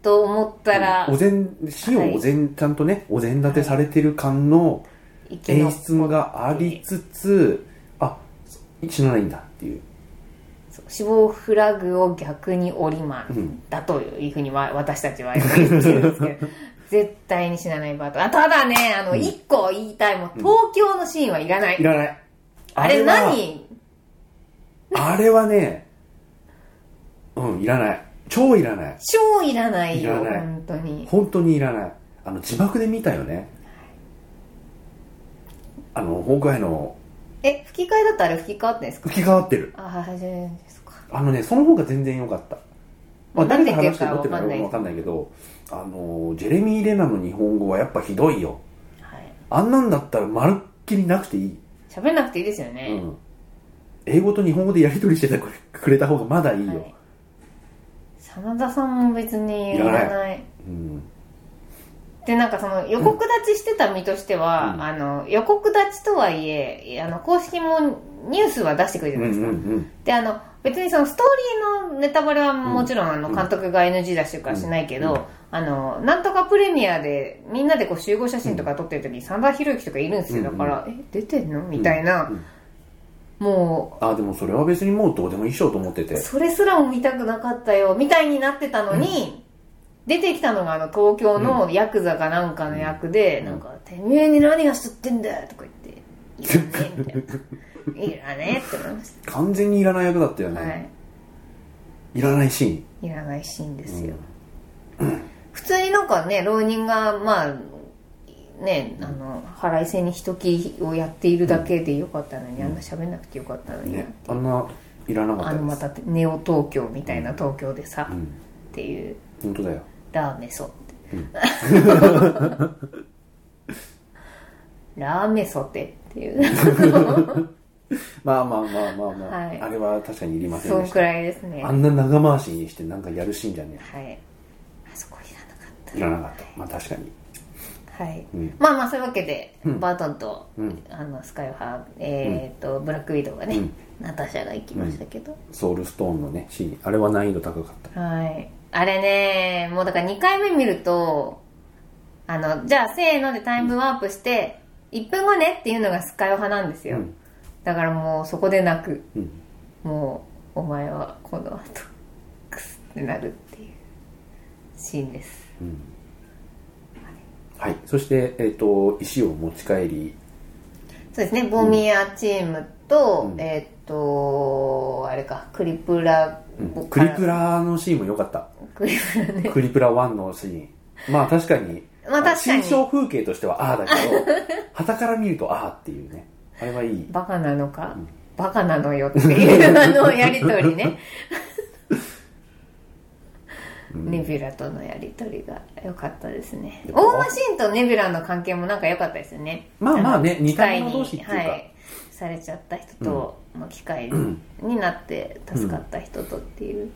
Speaker 2: と思ったら、
Speaker 1: うんお膳死をお膳ちゃんとねお膳立てされてる感の
Speaker 2: 生き残
Speaker 1: 演
Speaker 2: っ
Speaker 1: 出がありつつあ死なないんだっていう
Speaker 2: そう死亡フラグを逆に折りマ
Speaker 1: うん
Speaker 2: ンだというふうにわ私たちは言ってるんですけど 絶対に死なないパートあただねあの
Speaker 1: うん
Speaker 2: 一個言いたいもう東京のシーンはいらない、
Speaker 1: いらない
Speaker 2: あれ
Speaker 1: は
Speaker 2: 何
Speaker 1: あれはね、うん、いらない。超いらない。
Speaker 2: 超いらないよ
Speaker 1: いらない
Speaker 2: 本当に
Speaker 1: 本当にいらない。あの、字幕で見たよね。あの、ホークアイの
Speaker 2: え吹き替えだったらあれ吹き替わってんですか
Speaker 1: 吹き替わってる。
Speaker 2: ああ初めてですか
Speaker 1: あのね、その方が全然良かった。まあ、
Speaker 2: な
Speaker 1: 誰
Speaker 2: んて
Speaker 1: が
Speaker 2: 言
Speaker 1: 話
Speaker 2: っ
Speaker 1: してて
Speaker 2: る
Speaker 1: る
Speaker 2: か
Speaker 1: かって
Speaker 2: わか
Speaker 1: のはよ
Speaker 2: んない
Speaker 1: く
Speaker 2: で
Speaker 1: わ
Speaker 2: す
Speaker 1: かんないけど、あの、ジェレミー・レナの日本語はやっぱひどいよ。
Speaker 2: はい
Speaker 1: あんなんだったらまるっきりなくていい。
Speaker 2: 喋んなくていいですよ
Speaker 1: う
Speaker 2: ね、
Speaker 1: ん。英語と日本語でやり取りしてくれた方がまだいいよ。
Speaker 2: はい真田さんも別にい
Speaker 1: いら
Speaker 2: ら
Speaker 1: ない
Speaker 2: ない
Speaker 1: うん。
Speaker 2: でなんかその予告立ちしてた身としては、
Speaker 1: うん
Speaker 2: あの予告立ちとはいえあの公式もニュースは出してくれる
Speaker 1: う
Speaker 2: じ
Speaker 1: ん
Speaker 2: ゃ
Speaker 1: う
Speaker 2: ない
Speaker 1: ん
Speaker 2: ですか、
Speaker 1: うん。
Speaker 2: であの別にそのストーリーのネタバレはもちろんあの監督が NG 出してるからしないけど、あのなんとかプレミアでみんなでこう集合写真とか撮ってる時にサンダーヒロユキとかいるんですよだから、え出てんのみたいな、も
Speaker 1: あでもそれは別にもうどうでもいいっしょと思ってて
Speaker 2: うそれすらも見たくなかったよみたいになってたのに、出てきたのがあの東京のヤクザかなんかの役で、なんか「てめえに何がしとってんだよ」とか 言って「いらねえ」みたいな「いらねえ」って思いまし
Speaker 1: 完全にいらない役だったよ
Speaker 2: た
Speaker 1: ね、
Speaker 2: はい
Speaker 1: い、らないシーン
Speaker 2: いらないシーンですよ、普通になんかね浪人がまあねあの腹いせに人斬りをやっているだけでよかったのに、あんな喋んなくてよかったのになっ
Speaker 1: ね
Speaker 2: て
Speaker 1: あんないらなかっ
Speaker 2: あ
Speaker 1: た
Speaker 2: の
Speaker 1: で
Speaker 2: ますたネオ東京みたいな東京でさ、
Speaker 1: ん
Speaker 2: っていう
Speaker 1: 本当だよ
Speaker 2: ラーメソって、ラーメソテっていう
Speaker 1: まあまあまあまあまあ、
Speaker 2: はい
Speaker 1: あれは確かにいりません
Speaker 2: そ
Speaker 1: で
Speaker 2: う
Speaker 1: し
Speaker 2: く
Speaker 1: た
Speaker 2: らいですね
Speaker 1: あ
Speaker 2: はい
Speaker 1: んな長回しにしてなんかやるシーンじゃね
Speaker 2: あそこいらなかった
Speaker 1: えいらなかったまあ確かに
Speaker 2: はい、
Speaker 1: うん
Speaker 2: まあまあそういうわけで、バートンと、
Speaker 1: うん
Speaker 2: あのスカイハー、えーとブラックウィドウがね、
Speaker 1: うん
Speaker 2: ナターシャが行きましたけど、
Speaker 1: ソウルストーンのねシーンあれは難易度高かった
Speaker 2: はいあれねもうだから2回目見るとあのじゃあせーのでタイムワープして、1分後ねっていうのがスカイ派なんですよ、
Speaker 1: うん
Speaker 2: だからもうそこで泣く
Speaker 1: うん
Speaker 2: もうお前はこの後クスってなるっていうシーンです
Speaker 1: はいそして、えっと石を持ち帰り
Speaker 2: そうですねボミアチームと、
Speaker 1: うん
Speaker 2: えーっとあれかクリプラ、
Speaker 1: クリプラのシーンも良か った
Speaker 2: クリプラね
Speaker 1: クリプラ1のシーンまあ確かに
Speaker 2: まあ確かに
Speaker 1: 新象風景としてはああだけど 旗から見るとああっていうねあれはいい
Speaker 2: バカなのか、バカなのよっていうあのやりとりね、ネビュラとのやりとりが良かったですね
Speaker 1: やっぱ
Speaker 2: オーマシンとネビュラの関係もなんか良かったですよね
Speaker 1: まあまあね
Speaker 2: の
Speaker 1: 似た
Speaker 2: 機械に
Speaker 1: 者同士っていうか
Speaker 2: はい、されちゃった人と、まあ、機械になって助かった人とっていう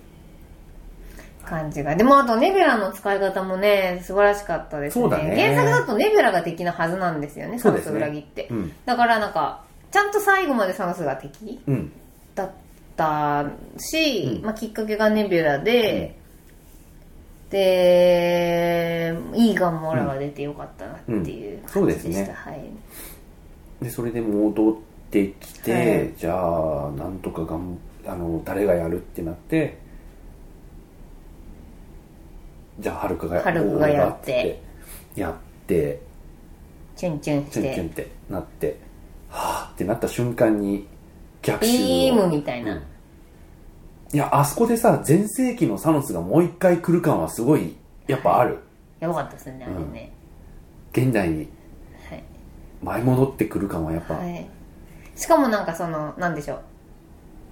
Speaker 2: 感じがでもあとネビュラの使い方もね素晴らしかったですね
Speaker 1: そうだね
Speaker 2: 原作だとネビュラが敵なはずなんですよね
Speaker 1: そ
Speaker 2: サ
Speaker 1: う
Speaker 2: ム
Speaker 1: で
Speaker 2: ス
Speaker 1: すね
Speaker 2: 裏切って、
Speaker 1: うん
Speaker 2: だからなんかちゃんと最後までサムスが敵
Speaker 1: うん
Speaker 2: だったし、
Speaker 1: うん
Speaker 2: まあ、きっかけがネビュラで、でイーガンもオラが出てよかったなってい
Speaker 1: うんうん
Speaker 2: う感じでした、
Speaker 1: そうですね
Speaker 2: はい
Speaker 1: でそれで戻ってきて、
Speaker 2: はい
Speaker 1: じゃあなんとかがんあの誰がやるってなってじゃあハルクが
Speaker 2: ハルクがやって
Speaker 1: 俺がやって
Speaker 2: チュンチュンし
Speaker 1: チュンチュンっててなってはあってなった瞬間に逆襲を
Speaker 2: ビームみたいな、
Speaker 1: うんいやあそこでさ全盛期のサノスがもう一回来る感はすごいやっぱある
Speaker 2: やばかったですねあれね、
Speaker 1: 現代に
Speaker 2: はい
Speaker 1: 舞い戻ってくる感はやっぱ、
Speaker 2: はい、しかもなんかそのなんでしょう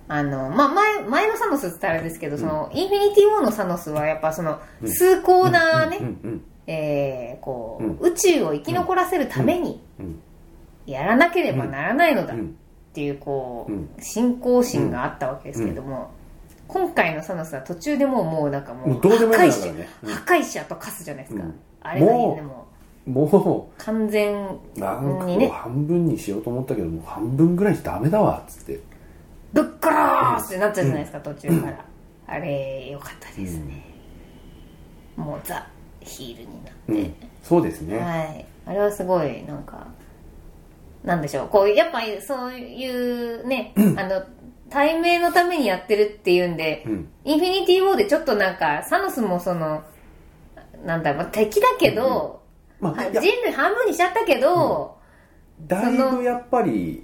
Speaker 2: あのまあ、前前のサノスってあれですけど、そのインフィニティ・ウォーのサノスはやっぱその崇高なね、
Speaker 1: うんうん
Speaker 2: えーこう
Speaker 1: うん
Speaker 2: 宇宙を生き残らせるために
Speaker 1: うん
Speaker 2: やらなければならないのだ
Speaker 1: う
Speaker 2: っ
Speaker 1: ん
Speaker 2: ていうこう、
Speaker 1: うん
Speaker 2: 信仰心があったわけですけども、今回のサノスは途中でもうもうなんかもう
Speaker 1: もうどうでもいい
Speaker 2: 破壊
Speaker 1: か
Speaker 2: 者、
Speaker 1: らねうん
Speaker 2: 破壊者と化すじゃないですか、
Speaker 1: うん
Speaker 2: あれがいい
Speaker 1: も
Speaker 2: ねも
Speaker 1: う
Speaker 2: う
Speaker 1: もう
Speaker 2: 完全
Speaker 1: なんかこ
Speaker 2: に
Speaker 1: う
Speaker 2: ね
Speaker 1: 半分にしようと思ったけどもう半分ぐらいじゃダメだわっつって
Speaker 2: ぶっからーってなっちゃうじゃないですか、途中からあれよかったですね、もうザ・ヒールになって、
Speaker 1: うんそうですね、
Speaker 2: はい、あれはすごいなんかなんでしょうこうやっぱりそういうね、あの対面のためにやってるっていうんで、
Speaker 1: うん
Speaker 2: インフィニティ・ウォーでちょっとなんかサノスもそのなんだろう敵だけど、
Speaker 1: まあ
Speaker 2: はい人
Speaker 1: や
Speaker 2: 類半分にしちゃったけど、
Speaker 1: だい
Speaker 2: その
Speaker 1: ぶやっぱり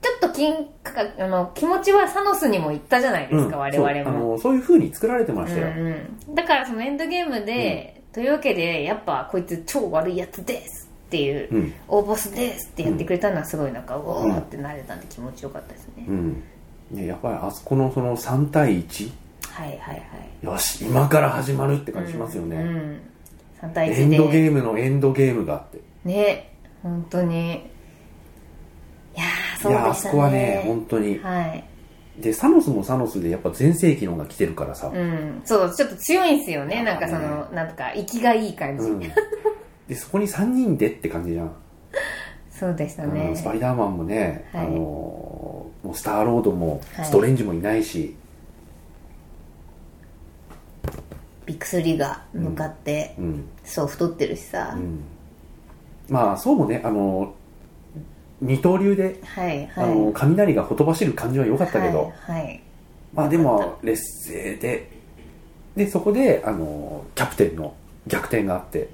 Speaker 2: ちょっときんかかあの気持ちはサノスにも行ったじゃないですか、
Speaker 1: うん
Speaker 2: 我
Speaker 1: そう
Speaker 2: 々
Speaker 1: あ
Speaker 2: も
Speaker 1: のそういう風に作られてましたよ、
Speaker 2: うんうん、だからそのエンドゲームで、というわけでやっぱこいつ超悪いやつですっていう、
Speaker 1: うん
Speaker 2: 大ボスですってやってくれたのはすごいなんか、うおーってなれたんで気持ちよかったですね、
Speaker 1: うんねやっぱりあそこのその3対1
Speaker 2: はいはいはい
Speaker 1: よし今から始まるって感じしますよね、
Speaker 2: うん3対
Speaker 1: エ
Speaker 2: 1
Speaker 1: ンド
Speaker 2: で
Speaker 1: ゲームのエンドゲームがあって
Speaker 2: ね本当にいやーそう
Speaker 1: い
Speaker 2: で
Speaker 1: やあ
Speaker 2: し
Speaker 1: そ
Speaker 2: たね
Speaker 1: こはね本当に、
Speaker 2: はい
Speaker 1: でサノスもサノスでやっぱ全盛期のが来てるからさ、
Speaker 2: うんそうちょっと強いんですよね
Speaker 1: な
Speaker 2: な
Speaker 1: んん
Speaker 2: か
Speaker 1: かね
Speaker 2: そのなんか息がいい感じ、
Speaker 1: うんでそこに3人でって感じじゃん
Speaker 2: そうでした
Speaker 1: う
Speaker 2: ね
Speaker 1: んスパイダーマンもね、
Speaker 2: はい
Speaker 1: あのーもうスターロードも
Speaker 2: はい
Speaker 1: ストレンジもいないし、
Speaker 2: びっくすりが向かって、
Speaker 1: うん
Speaker 2: そう太ってるしさ、
Speaker 1: うんまあそうもねあの二刀流で、
Speaker 2: はい
Speaker 1: あ
Speaker 2: はい
Speaker 1: の雷がほとばしる感じは良かったけど、
Speaker 2: はい、はい
Speaker 1: まあでも劣勢ででそこであのキャプテンの逆転があって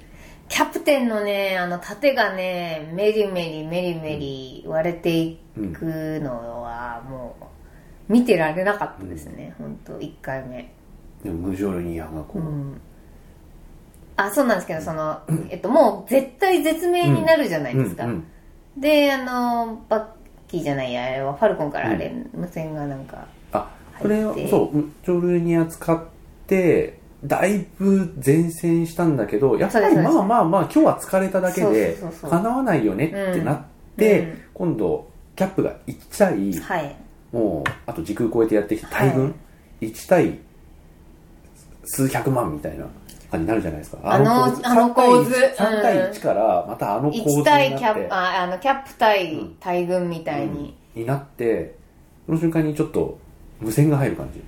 Speaker 2: キャプテンのねあの盾がねメリメリメリメリ割れていくのはもう見てられなかったですね、ほん、本当1回目
Speaker 1: でもムジョルニアがこう、
Speaker 2: うんあそうなんですけどその、えっと、もう絶対絶命になるじゃないですか、
Speaker 1: うんうん
Speaker 2: であのバッキーじゃないやあれはファルコンからあれ、無線がなんか
Speaker 1: あこれ
Speaker 2: 入って
Speaker 1: そうムジョルニア使ってだいぶ前線したんだけどやっぱり
Speaker 2: そうです
Speaker 1: ま
Speaker 2: そう
Speaker 1: あまあまあ今日は疲れただけで
Speaker 2: そうそうそうそう
Speaker 1: かなわないよねってなって、
Speaker 2: うんうん
Speaker 1: 今度キャップが1対、
Speaker 2: はい
Speaker 1: もうあと時空超えてやってきた大軍、
Speaker 2: は
Speaker 1: 1対数百万みたいな感じになるじゃないですか
Speaker 2: あのあの構図
Speaker 1: 3対 1,
Speaker 2: うん
Speaker 1: からまたあの構図になって
Speaker 2: 1対キャップああのキャップ対大軍みたいに、
Speaker 1: うんになってその瞬間にちょっと無線が入る感じ、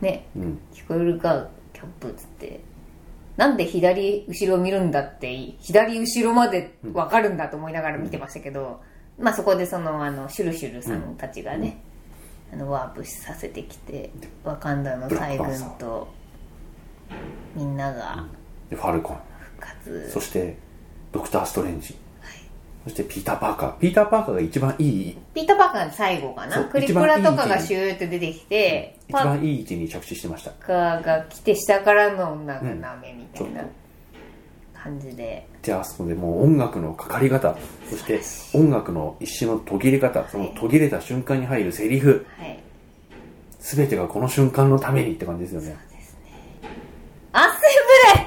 Speaker 2: ね
Speaker 1: うん、
Speaker 2: 聞こえるかキャップっつってなんで左後ろ見るんだって左後ろまで分かるんだと思いながら見てましたけど、まあそこでそのあのシュルシュルさんたちがね、あのワープさせてきてワカンダの大軍
Speaker 1: ブラックパンサ
Speaker 2: とみんなが
Speaker 1: でファルコン
Speaker 2: 復活
Speaker 1: そしてドクター・ストレンジ、そしてピーター・パーカーピーター・パーカーが一番いい
Speaker 2: ピーター・パーカーの最後か
Speaker 1: そ
Speaker 2: な
Speaker 1: う
Speaker 2: クリプラとかが
Speaker 1: 一番いい位置に
Speaker 2: シューって出てきて
Speaker 1: 一
Speaker 2: パー
Speaker 1: 番いい位置に着地してました
Speaker 2: カーが来て下からのなんかなめみたいな
Speaker 1: うん
Speaker 2: 感じで
Speaker 1: であそこでもう音楽のかかり方そして音楽の一種の途切れ方その途切れた瞬間に入るセリフ
Speaker 2: はい
Speaker 1: 全てがこの瞬間のためにって感じですよね
Speaker 2: 汗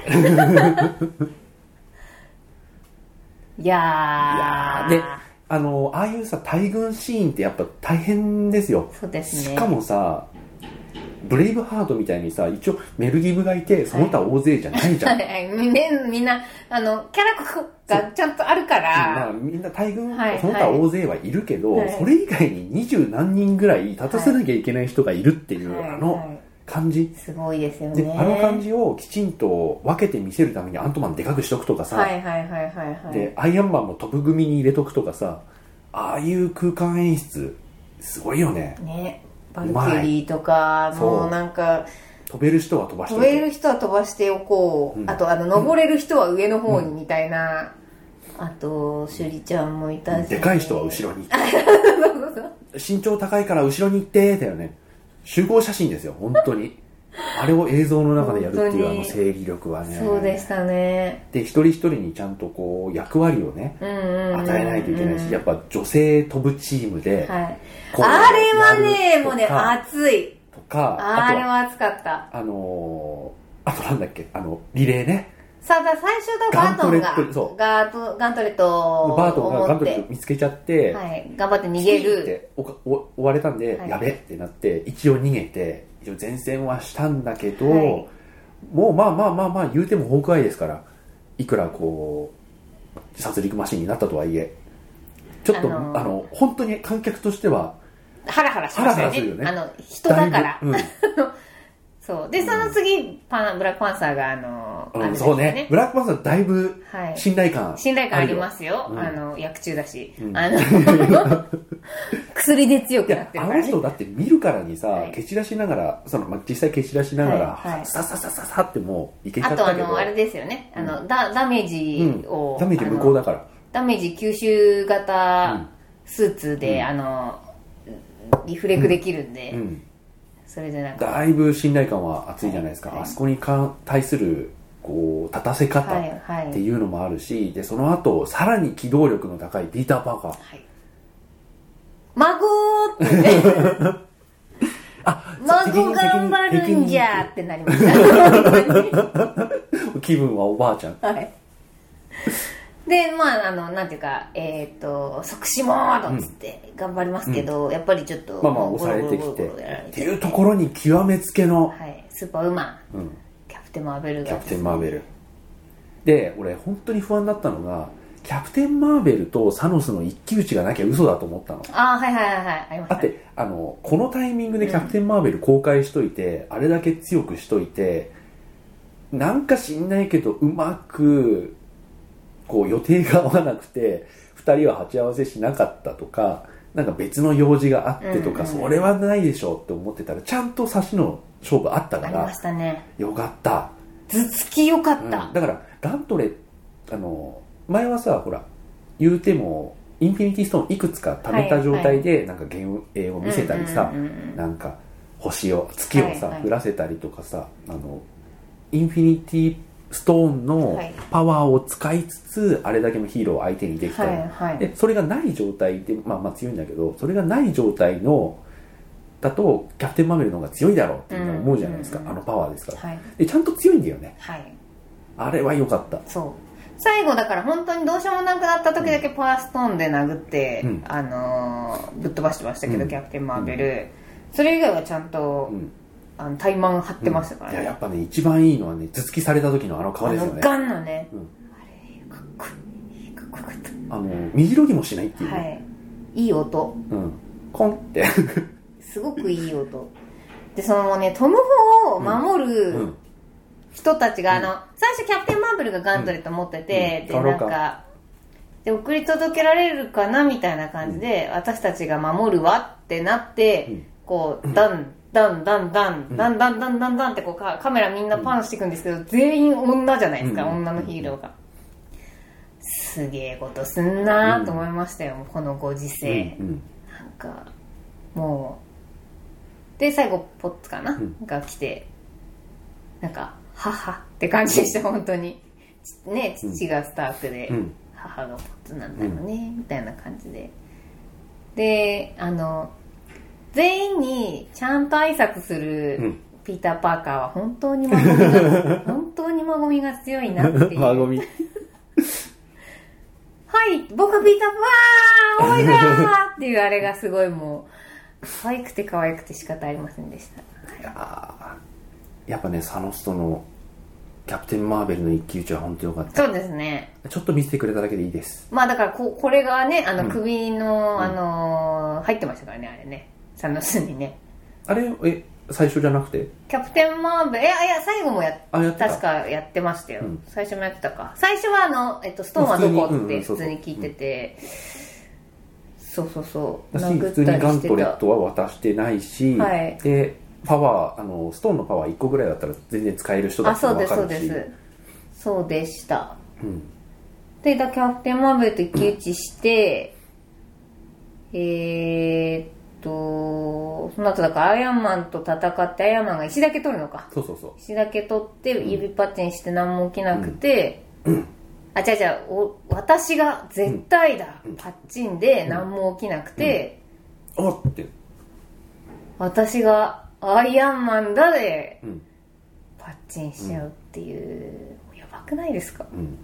Speaker 2: ぶれ
Speaker 1: い
Speaker 2: いやー
Speaker 1: やーであのああいうさ大群シーンってやっぱ大変ですよ
Speaker 2: そうですね
Speaker 1: しかもさブレイブハートみたいにさ一応メルギブがいてその他大勢じゃないじゃん、
Speaker 2: はいみんなみんなあのキャラがちゃんとあるか
Speaker 1: まあ、
Speaker 2: ら
Speaker 1: みんな大群、
Speaker 2: はい
Speaker 1: その他大勢はいるけど、
Speaker 2: はい
Speaker 1: それ以外に二十何人ぐらい立たせなきゃいけない人がいるっていう、
Speaker 2: はい
Speaker 1: あ
Speaker 2: は
Speaker 1: の
Speaker 2: い
Speaker 1: 感じ、
Speaker 2: すごいですよ
Speaker 1: で、
Speaker 2: ね
Speaker 1: あの感じをきちんと分けて見せるためにアントマンでかくしとくとかさ、
Speaker 2: はいはいはいはいはい
Speaker 1: でアイアンマンも飛ぶ組に入れとくとかさああいう空間演出すごいよね
Speaker 2: ねバル
Speaker 1: う
Speaker 2: キ
Speaker 1: まい
Speaker 2: ュリーとか
Speaker 1: そう
Speaker 2: もうなんか
Speaker 1: 飛べる人は飛ばし
Speaker 2: 飛
Speaker 1: とい
Speaker 2: べる
Speaker 1: て
Speaker 2: 人は飛ばしておこう、
Speaker 1: うん
Speaker 2: あとあの登れる人は上の方にみたいな、あと朱里ちゃんもいたし、
Speaker 1: でかい人は後ろ に身長高いから後ろに行ってだよね集合写真ですよ本当にあれを映像の中でやるっていうあ
Speaker 2: 本当に
Speaker 1: の整理力はね
Speaker 2: そうでしたね
Speaker 1: で一人一人にちゃんとこう役割をね
Speaker 2: うんうん、うん、
Speaker 1: 与えないといけないし、やっぱ女性飛ぶチームで、
Speaker 2: はい、
Speaker 1: こう
Speaker 2: あれはね
Speaker 1: やるとか
Speaker 2: もうね熱い
Speaker 1: とか
Speaker 2: あ
Speaker 1: あと
Speaker 2: れ
Speaker 1: は
Speaker 2: は熱かった
Speaker 1: あのーあとなんだっけ、あの、リレーね。
Speaker 2: さあだ最初だバートンが
Speaker 1: ガントレットそう
Speaker 2: ガートガントレットを
Speaker 1: バートンがガントレ
Speaker 2: 持
Speaker 1: ッ
Speaker 2: っ
Speaker 1: ト見つけちゃって、
Speaker 2: てはい、頑張って逃げ
Speaker 1: っ
Speaker 2: る
Speaker 1: ておかお追われたんで、
Speaker 2: はい
Speaker 1: やべってなって、一応逃げて、一応前線はしたんだけど、
Speaker 2: はい
Speaker 1: もうまあまあまあまあ言うてもホークアイですから、いくらこう、殺戮マシンになったとはいえ、ちょっと、
Speaker 2: あ
Speaker 1: あ
Speaker 2: の
Speaker 1: の
Speaker 2: ー
Speaker 1: 本当に観客としては、
Speaker 2: ハラハラしましたよ
Speaker 1: ハラハラするよ
Speaker 2: ね
Speaker 1: ね
Speaker 2: あの人だか
Speaker 1: だ
Speaker 2: ら
Speaker 1: いぶうん
Speaker 2: そうでその次、パンブラックパンサーがあの
Speaker 1: あ
Speaker 2: あれ
Speaker 1: の
Speaker 2: です
Speaker 1: そうね、ブラックパンサーだいぶ
Speaker 2: はい
Speaker 1: 信頼感、
Speaker 2: 信頼感ありますよ。あ,、
Speaker 1: うん
Speaker 2: の、薬中だし。
Speaker 1: うん
Speaker 2: あ の、薬で強
Speaker 1: い
Speaker 2: くな
Speaker 1: や
Speaker 2: って
Speaker 1: あ
Speaker 2: るか
Speaker 1: の
Speaker 2: らね
Speaker 1: 人。だって見るからにさ、
Speaker 2: はい
Speaker 1: 蹴散らしながらその、まあ、実際蹴散らしながら、
Speaker 2: はいはい
Speaker 1: さささささってもういけちゃ
Speaker 2: あ
Speaker 1: っ
Speaker 2: とあ
Speaker 1: たけど
Speaker 2: の、あれですよね。あの、ダダメージを、
Speaker 1: うん、ダメージ無効
Speaker 2: あの
Speaker 1: だから
Speaker 2: ダメージ吸収
Speaker 1: う
Speaker 2: 型
Speaker 1: ん
Speaker 2: スーツで、あの、リフレクできるんで、
Speaker 1: うん、
Speaker 2: それでなんか、
Speaker 1: だいぶ信頼感は厚いじゃないですか、
Speaker 2: はいはい
Speaker 1: あそこにか対するこう立たせ方
Speaker 2: はいはい
Speaker 1: っていうのもあるし、でその後さらに機動力の高いピーター・パーカー
Speaker 2: はい。孫 ってね、
Speaker 1: あ
Speaker 2: 孫頑張るんじゃってなりました。
Speaker 1: 気分はおばあちゃん
Speaker 2: はい。で、まあ、あの、なんていうか、えっ、と、即死モードっつって頑張りますけど、やっぱりちょっと、
Speaker 1: まあまあ
Speaker 2: もう
Speaker 1: 押されて
Speaker 2: ゴ
Speaker 1: き
Speaker 2: ロゴ
Speaker 1: て
Speaker 2: ロゴロゴロやられ
Speaker 1: っていうところに極めつけの、
Speaker 2: はい、スーパーウーマン、
Speaker 1: うん
Speaker 2: キャプテン・マーベルが。
Speaker 1: キャプテン・マーベルで俺本当に不安だったのがキャプテン・マーベルとサノスの一騎打ちがなきゃ嘘だと思ったの
Speaker 2: ああはいはいはいはいありまし
Speaker 1: だ
Speaker 2: た
Speaker 1: ってあのこのタイミングでキャプテン・マーベル公開しといて、あれだけ強くしといてなんか知んないけどうまくこう予定が合わなくて2人は鉢合わせしなかったとかなんか別の用事があってとか、
Speaker 2: うんうん
Speaker 1: それはないでしょうって思ってたらちゃんと差しの勝負あった
Speaker 2: あ
Speaker 1: か
Speaker 2: りま
Speaker 1: ら
Speaker 2: したね
Speaker 1: よかった
Speaker 2: 頭突きよかっ
Speaker 1: うん
Speaker 2: た、
Speaker 1: だからガントレあの前はさほら言うてもインフィニティストーンいくつか貯めた状態でなんか幻影を見せたりさ、
Speaker 2: うんうんうん
Speaker 1: なんか星を月をさ、
Speaker 2: はいはい
Speaker 1: 降らせたりとかさあのインフィニティストーンの
Speaker 2: はい
Speaker 1: パワーを使いつつあれだけのヒーローを相手にできた
Speaker 2: は
Speaker 1: り、
Speaker 2: いはい
Speaker 1: でそれがない状態で、まあ、まあ強いんだけどそれがない状態のだとキャプテン・マーベルの方が強いだろうっていうのは思うじゃないですか、
Speaker 2: うんうんうん
Speaker 1: あのパワーですから
Speaker 2: はい
Speaker 1: でちゃんと強いんだよね
Speaker 2: はい
Speaker 1: あれは良かった
Speaker 2: そう最後だから本当にどうしようもなくなった時だけパワーストーンで殴って、
Speaker 1: うん
Speaker 2: あのーぶっ飛ばしてましたけど、
Speaker 1: うん
Speaker 2: キャプテン・マーベル、それ以外はちゃんと、
Speaker 1: うん
Speaker 2: あの怠慢張ってましたから
Speaker 1: いや
Speaker 2: ね、
Speaker 1: やっぱね一番いいのはね頭突きされた時のあの顔ですよ
Speaker 2: あの
Speaker 1: ね
Speaker 2: ガンのね、
Speaker 1: うん
Speaker 2: あれかっこいいかっこよかっ
Speaker 1: あの身じろぎもしないって
Speaker 2: た
Speaker 1: いう、ね
Speaker 2: はいいい音
Speaker 1: うんコンって
Speaker 2: すごくいい音でそのねトム・フォーを守
Speaker 1: う
Speaker 2: る
Speaker 1: ん
Speaker 2: 人たちが、あの最初キャプテン・マーベルがガントレット持ってて、
Speaker 1: うん
Speaker 2: でな
Speaker 1: ガ
Speaker 2: ん
Speaker 1: ロ
Speaker 2: かで送り届けられるかなみたいな感じで、私たちが守るわってなって、
Speaker 1: うん
Speaker 2: こうダンダンダンダ
Speaker 1: う
Speaker 2: ン
Speaker 1: ん
Speaker 2: ダンダンダンダンダンってこうかカメラみんなパンしていくんですけど、全員女じゃないですか、
Speaker 1: うん
Speaker 2: 女のヒーローが、すげえことすんなーと思いましたよ、もうこのご時世、
Speaker 1: うん
Speaker 2: なんかもうで最後ポッツかな、
Speaker 1: うん
Speaker 2: が来てなんか母って感じでした本当にちね
Speaker 1: うん
Speaker 2: 父がスタークで、
Speaker 1: うん
Speaker 2: 母がポッツなんだよね、みたいな感じでであの全員にちゃんと挨拶する、
Speaker 1: うん
Speaker 2: ピーター・パーカーは本当に孫み が本当に孫みが強いなっていう
Speaker 1: 輪ゴミ
Speaker 2: はい、僕はピーター、わー、おいだーっていうあれがすごいもう、可愛くて可愛くて仕方ありませんでした。
Speaker 1: あーやっぱねサノスとのキャプテン・マーベルの一騎打ちは本当良かっ
Speaker 2: そうですね。
Speaker 1: たちょっと見せてくれただけでいいです
Speaker 2: まあだからこ、これがね、あ
Speaker 1: うん
Speaker 2: の、首の、
Speaker 1: ん
Speaker 2: あのー入ってましたからね、あれね。サノスにね。
Speaker 1: あれえ最初じゃなくて
Speaker 2: キャプテン・マーベル、え、あいや、最後もや、
Speaker 1: あやってた
Speaker 2: 確かやってましたよ、
Speaker 1: うん
Speaker 2: 最初もやってたか。最初はあの、えっと、ストーンはどこっ
Speaker 1: 普通にうんう
Speaker 2: て
Speaker 1: んそうそう
Speaker 2: 普通に聞いてて、そうそうそう、
Speaker 1: だし
Speaker 2: 殴
Speaker 1: 普
Speaker 2: っ
Speaker 1: 通に
Speaker 2: たり
Speaker 1: ガ
Speaker 2: し
Speaker 1: ン
Speaker 2: て
Speaker 1: トレッ
Speaker 2: た。
Speaker 1: トは渡してないし、
Speaker 2: はい
Speaker 1: でパワーあのストーンのパワー1個ぐらいだったら全然使える人だ
Speaker 2: あ、
Speaker 1: っての
Speaker 2: そう
Speaker 1: が
Speaker 2: で
Speaker 1: 分
Speaker 2: す、
Speaker 1: か
Speaker 2: そう
Speaker 1: る
Speaker 2: で
Speaker 1: し
Speaker 2: す。そうでした。
Speaker 1: うん
Speaker 2: で、だキャプテンマーベルと一騎打ちして、えーっと、その後だからアイアンマンと戦って、アイアンマンが石だけ取るのか。
Speaker 1: そうそうそう
Speaker 2: 石だけ取って、指パッチンして何も起きなくて、あ、違う違うお、私が絶対だ、パッチンで何も起きなくて、
Speaker 1: おっって
Speaker 2: 私がアイアンマンだで
Speaker 1: うん
Speaker 2: パッチンしちゃうっていう、やばくないですか
Speaker 1: うん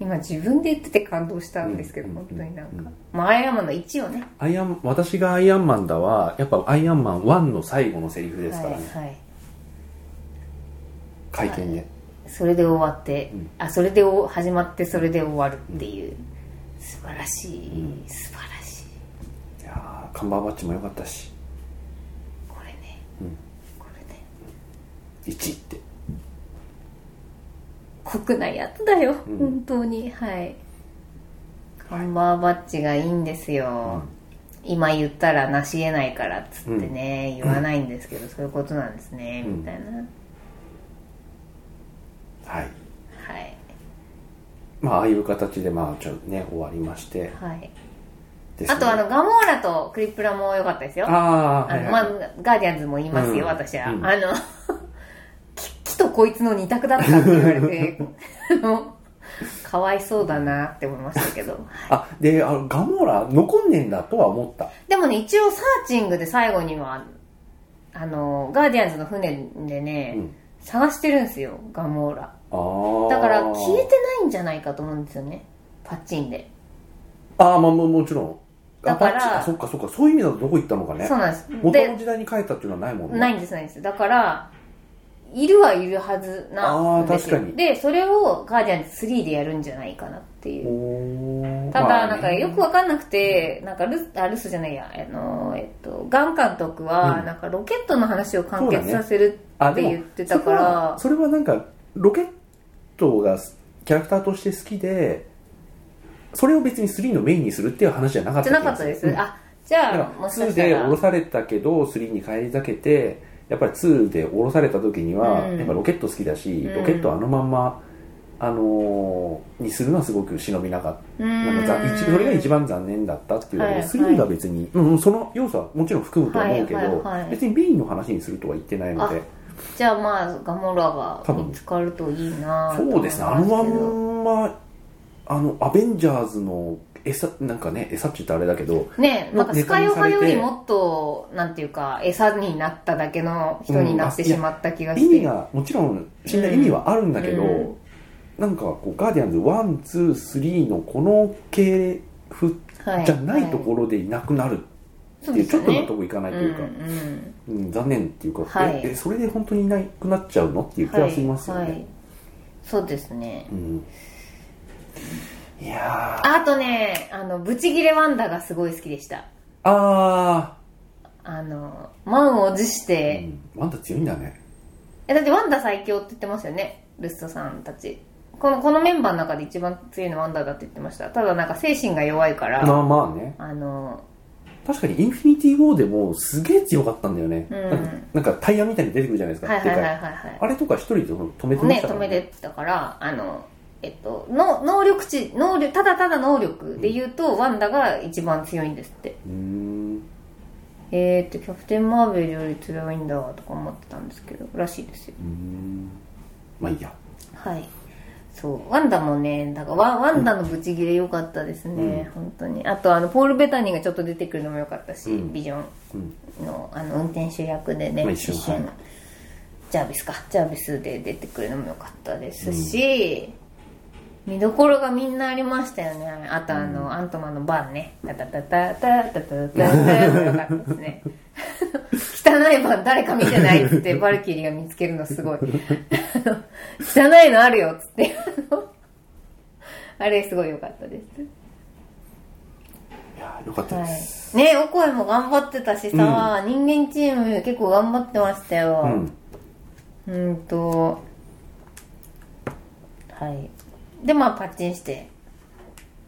Speaker 2: 今自分で言ってて感動したんですけど、
Speaker 1: うん
Speaker 2: 本当になん
Speaker 1: う
Speaker 2: か、まあ、アイアンマンの1をね
Speaker 1: アイアン私がアイアンマンだはやっぱアイアンマン1の最後のセリフですからね、
Speaker 2: はいはい、
Speaker 1: 会見で、
Speaker 2: それで終わって、
Speaker 1: ん
Speaker 2: あそれでお始まってそれで終わるっていう、素晴らしい、素晴らしい
Speaker 1: いやーカンバーバッチも良かったし
Speaker 2: これね、これね
Speaker 1: 1って
Speaker 2: 酷なやつだよ、本当にはいカンバーバッチがいいんですよ、今言ったらなし得ないからっつってね、言わないんですけど、そういうことなんですね、
Speaker 1: うん
Speaker 2: みたいなは
Speaker 1: はい
Speaker 2: い
Speaker 1: まあああいう形でまあちょっとね終わりまして
Speaker 2: はい
Speaker 1: ですね
Speaker 2: あとあのガモーラとクリプラも良かったですよ
Speaker 1: あー
Speaker 2: あ
Speaker 1: はい
Speaker 2: の
Speaker 1: は
Speaker 2: ま
Speaker 1: い
Speaker 2: あ、ガーディアンズも言いますよ、
Speaker 1: うん
Speaker 2: 私は。
Speaker 1: うん
Speaker 2: あの、 き、きとこいつの二択だったって言わ れて、あの、かわいそうだなって思いましたけど。
Speaker 1: あであのガモーラ残んねえんだとは思った
Speaker 2: でもね、一応サーチングで最後には、あの、ガーディアンズの船でね、
Speaker 1: うん
Speaker 2: 探してるんですよ、ガモーラ。
Speaker 1: あー
Speaker 2: だから消えてないんじゃないかと思うんですよね、パッチンで。
Speaker 1: ああまあももちろん
Speaker 2: だから
Speaker 1: あパッチあそっかそっかそういう意味だとどこ行ったのかね
Speaker 2: そうなんです。
Speaker 1: 元
Speaker 2: で
Speaker 1: の時代に帰ったっていうのはないもんね
Speaker 2: ないんですないんですだからいるはいるはずなんですよ
Speaker 1: あー確かに
Speaker 2: でそれをガーディアンズ3でやるんじゃないかなっていう
Speaker 1: おー
Speaker 2: た
Speaker 1: まあ
Speaker 2: だ
Speaker 1: ね
Speaker 2: なんかよくわかんなくてなんかルスあルスじゃないやあのえっとガン監督は
Speaker 1: うん
Speaker 2: なんかロケットの話を完
Speaker 1: そうだ
Speaker 2: 結
Speaker 1: ね
Speaker 2: させる
Speaker 1: あ
Speaker 2: って
Speaker 1: でも
Speaker 2: 言ってたから
Speaker 1: そこはそれはなんかロケットがキャラクターとして好きでそれを別に3のメインにするっていう話じゃなかった
Speaker 2: じゃなかったです、
Speaker 1: うん
Speaker 2: あじゃあも
Speaker 1: だ
Speaker 2: し
Speaker 1: から2
Speaker 2: かした
Speaker 1: で降ろ
Speaker 2: ら
Speaker 1: されたけど3に返り咲けてやっぱり2で降ろされた時には、
Speaker 2: うん
Speaker 1: やっぱロケット好きだし、
Speaker 2: うん
Speaker 1: ロケットあのまんま、あのーにするのはすごく忍びなかったなんかざ一それが一
Speaker 2: 番
Speaker 1: 番残念だったっていうだけ
Speaker 2: は
Speaker 1: で、
Speaker 2: い
Speaker 1: スリ3が別に、うんうんその要素はもちろん含むとは思うけど、
Speaker 2: はいはいはい
Speaker 1: 別にメインの話にするとは言ってないので
Speaker 2: じゃあまあガモラが見つかるといいなと思
Speaker 1: そうですねあのまんまあのアベンジャーズの餌なんかね餌って言ったらあれだけど
Speaker 2: ねえなんか
Speaker 1: ネ
Speaker 2: ス
Speaker 1: タ
Speaker 2: カイ
Speaker 1: に
Speaker 2: オ
Speaker 1: さ
Speaker 2: ハ
Speaker 1: れて
Speaker 2: よりもっとなんていうか餌になっただけの人になって
Speaker 1: うんあ
Speaker 2: しまった気がして、
Speaker 1: 意味がもちろん死んだ意味はあるんだけど、
Speaker 2: うん
Speaker 1: なんかこうガーディアンズ123のこの系譜
Speaker 2: はい
Speaker 1: じゃないところでいなくなるっていう、ちょっと納得いかない
Speaker 2: と
Speaker 1: というか、
Speaker 2: んうん
Speaker 1: うん、残念っていうか、
Speaker 2: はい
Speaker 1: ええそれで本当にいなくなっちゃうのっていう気はしますよね、
Speaker 2: はいはいそうですね
Speaker 1: うん、いやー
Speaker 2: あとねあのブチギレワンダがすごい好きでした
Speaker 1: あ
Speaker 2: あの満を持し
Speaker 1: ー、う
Speaker 2: て、
Speaker 1: ん、ワンダ強いんだね
Speaker 2: えだってワンダ最強って言ってますよねルストさんたちこのこのメンバーの中で一番強いのワンダだって言ってましたただなんか精神が弱いから、
Speaker 1: まあまあね
Speaker 2: あの
Speaker 1: 確かにインフィニティ・ウォーでもすげえ強かったんだよね、
Speaker 2: うん
Speaker 1: なんかなんかタイヤみたいに出てくるじゃないですか、
Speaker 2: はいはいはい
Speaker 1: でか
Speaker 2: はいいはい
Speaker 1: あれとか一人で止めてまし
Speaker 2: ね、
Speaker 1: たか
Speaker 2: 止
Speaker 1: ら
Speaker 2: めてたから、あの、えっと、の能力値、能力、ただただ能力で言うと、ワンダが一番強いんですって。
Speaker 1: うーん
Speaker 2: えー、っと、キャプテン・マーベルより強いんだとか思ってたんですけど、らしいですよ。
Speaker 1: うーんまあいいや
Speaker 2: はい。そう。ワンダもね、だからワンワンダのブチギレ良かったですね、本当に。あと、あの、ポール・ベタニーがちょっと出てくるのも良かったし、
Speaker 1: うん
Speaker 2: ビジョン
Speaker 1: うん
Speaker 2: のあの運転手役でね、
Speaker 1: まあ一緒
Speaker 2: 一
Speaker 1: はい
Speaker 2: 瞬、ジャービスか、ジャービスで出てくるのも良かったですし、見どころがみんなありましたよね。あとあの、アントマンのバンね、タタタタタタタタタも良かったですね。汚いバン誰か見てないっつって、バルキリーが見つけるのすごい。あの汚いのあるよっつって、あのあれすごい良かったです。
Speaker 1: いやーよかった
Speaker 2: は
Speaker 1: です、
Speaker 2: い、ねお声も頑張ってたしさ、人間チーム結構頑張ってました
Speaker 1: う
Speaker 2: よ
Speaker 1: ん
Speaker 2: うんとはいでまあパッチンして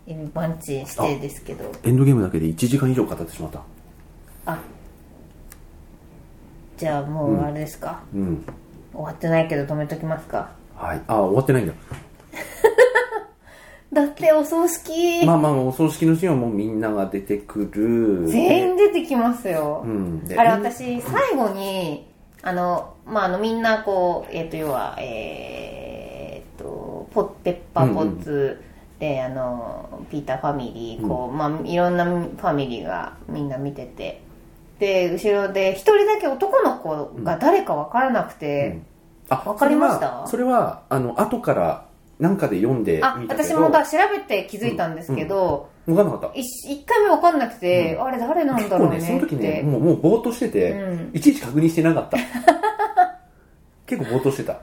Speaker 2: エビパンチンしてですけど
Speaker 1: エンドゲームだけで1時間以上語ってしまった
Speaker 2: あじゃあもうあれですか、
Speaker 1: うん
Speaker 2: 終わってないけど止めときますか
Speaker 1: はいあー終わってないんだ
Speaker 2: だってお葬式、
Speaker 1: まあまあお葬式のシーンはもうみんなが出てくる
Speaker 2: 全員出てきますよ、
Speaker 1: うんで
Speaker 2: あれ私最後にあのまああのみんなこうえっ、と要はえーっとポッペッパーポッツで、あのピーターファミリーこう、まあいろんなファミリーがみんな見ててで後ろで一人だけ男の子が誰か分からなくて、
Speaker 1: あ
Speaker 2: わかりました
Speaker 1: それはそれはあの後からなんかで読んで
Speaker 2: あ
Speaker 1: みたけ
Speaker 2: 私
Speaker 1: ど
Speaker 2: もだ調べて気づいたんですけど、
Speaker 1: 分かんなかった
Speaker 2: 一一回目分かんなくて、あれ誰なん
Speaker 1: 結
Speaker 2: だろ
Speaker 1: 構
Speaker 2: うね
Speaker 1: ね
Speaker 2: って
Speaker 1: その時ねもうもうぼーっとしてて、
Speaker 2: う
Speaker 1: いちいち確認してなかった 結構ぼーっとしてた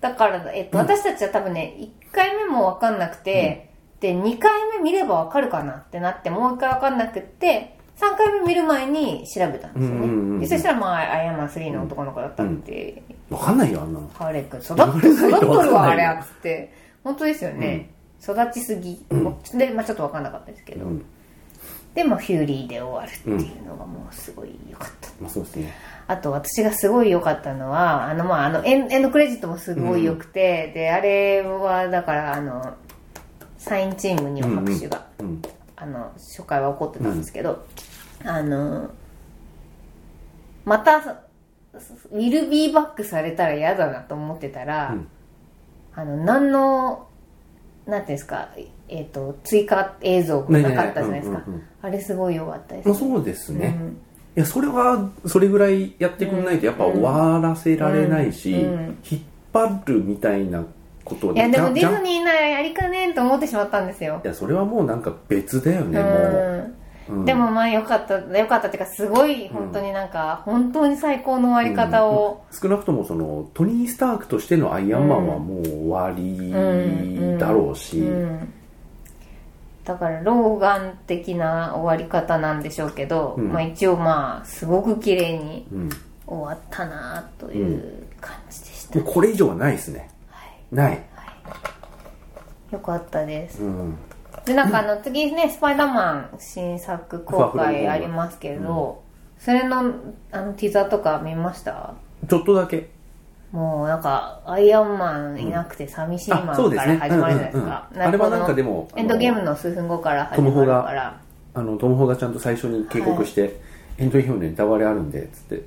Speaker 2: だから、えっと、
Speaker 1: うん
Speaker 2: 私たちは多分ね、1回目も分かんなくて、で、2回目見れば分かるかなってなって、もう1回分かんなくって、3回目見る前に調べたんで
Speaker 1: うんう
Speaker 2: すよね。
Speaker 1: んうん
Speaker 2: でそしたら、まあ、アイアンマン3の男の子だったって、
Speaker 1: 分かんないよあんなの
Speaker 2: ハーレー君、育って、育っとるわ、あれは、つって。本当ですよね。育ちすぎ。で、まあ、ちょっと分かんなかったですけど。
Speaker 1: うん
Speaker 2: で、まあ、フューリーで終わるっていうのが、もうすごい良かった。
Speaker 1: まあそうですね
Speaker 2: あと私がすごい良かったのは、あの、まあ、あのエン、エンドクレジットもすごい良くて、で、あれは、だから、あの、サインチームには拍手が、
Speaker 1: うん
Speaker 2: あの、初回は起こってたんですけど、あの、また、ウィルビーバックされたら嫌だなと思ってたら、
Speaker 1: うん
Speaker 2: あの、何の、なんていうんですか、えっ、と、追加映像がなかったじゃないですか。
Speaker 1: ねえねえうんうんうん
Speaker 2: あれすごい良かったです、
Speaker 1: まあそうですね、
Speaker 2: うん
Speaker 1: いやそれはそれぐらいやってくんないとやっぱ終わらせられないし、
Speaker 2: うんうん
Speaker 1: 引っ張るみたいなこと
Speaker 2: いやでもデ
Speaker 1: ジャ
Speaker 2: ィ
Speaker 1: ン
Speaker 2: ズニーならやりかねんと思ってしまったんですよ
Speaker 1: い。やそれはもうなんか別だよ
Speaker 2: う。
Speaker 1: ね、もうんうん
Speaker 2: でもまあよかった、よかったっていうか、すごい本当になんか、本当に最高の終わり方を、
Speaker 1: 少なくともそのトニー・スタークとしてのアイアンマンはもう終わりだろうし、
Speaker 2: うんだから老眼的な終わり方なんでしょうけど、
Speaker 1: うん
Speaker 2: まあ一応まあすごく綺麗に
Speaker 1: うん
Speaker 2: 終わったなという感じでした、
Speaker 1: もうこれ以上はないですね
Speaker 2: はい
Speaker 1: ない、
Speaker 2: よかったです
Speaker 1: うん、
Speaker 2: でなんかあの次ね「スパイダーマン」新作公開ありますけど、それのあのティザーとか見ました
Speaker 1: ちょっとだけ
Speaker 2: もうなんかアイアンマンいなくて寂しいマン
Speaker 1: あ
Speaker 2: か
Speaker 1: そうで
Speaker 2: ら
Speaker 1: すね
Speaker 2: 始まるじゃないですか,、
Speaker 1: うんうんうんあれはなんかで
Speaker 2: も
Speaker 1: も
Speaker 2: エンドゲーム
Speaker 1: あ
Speaker 2: の数分後から始
Speaker 1: トム
Speaker 2: ま
Speaker 1: ホ
Speaker 2: る
Speaker 1: が
Speaker 2: から
Speaker 1: あのトム・ホがちゃんと最初に警告して、エンドゲームのネタバレあるんでっつって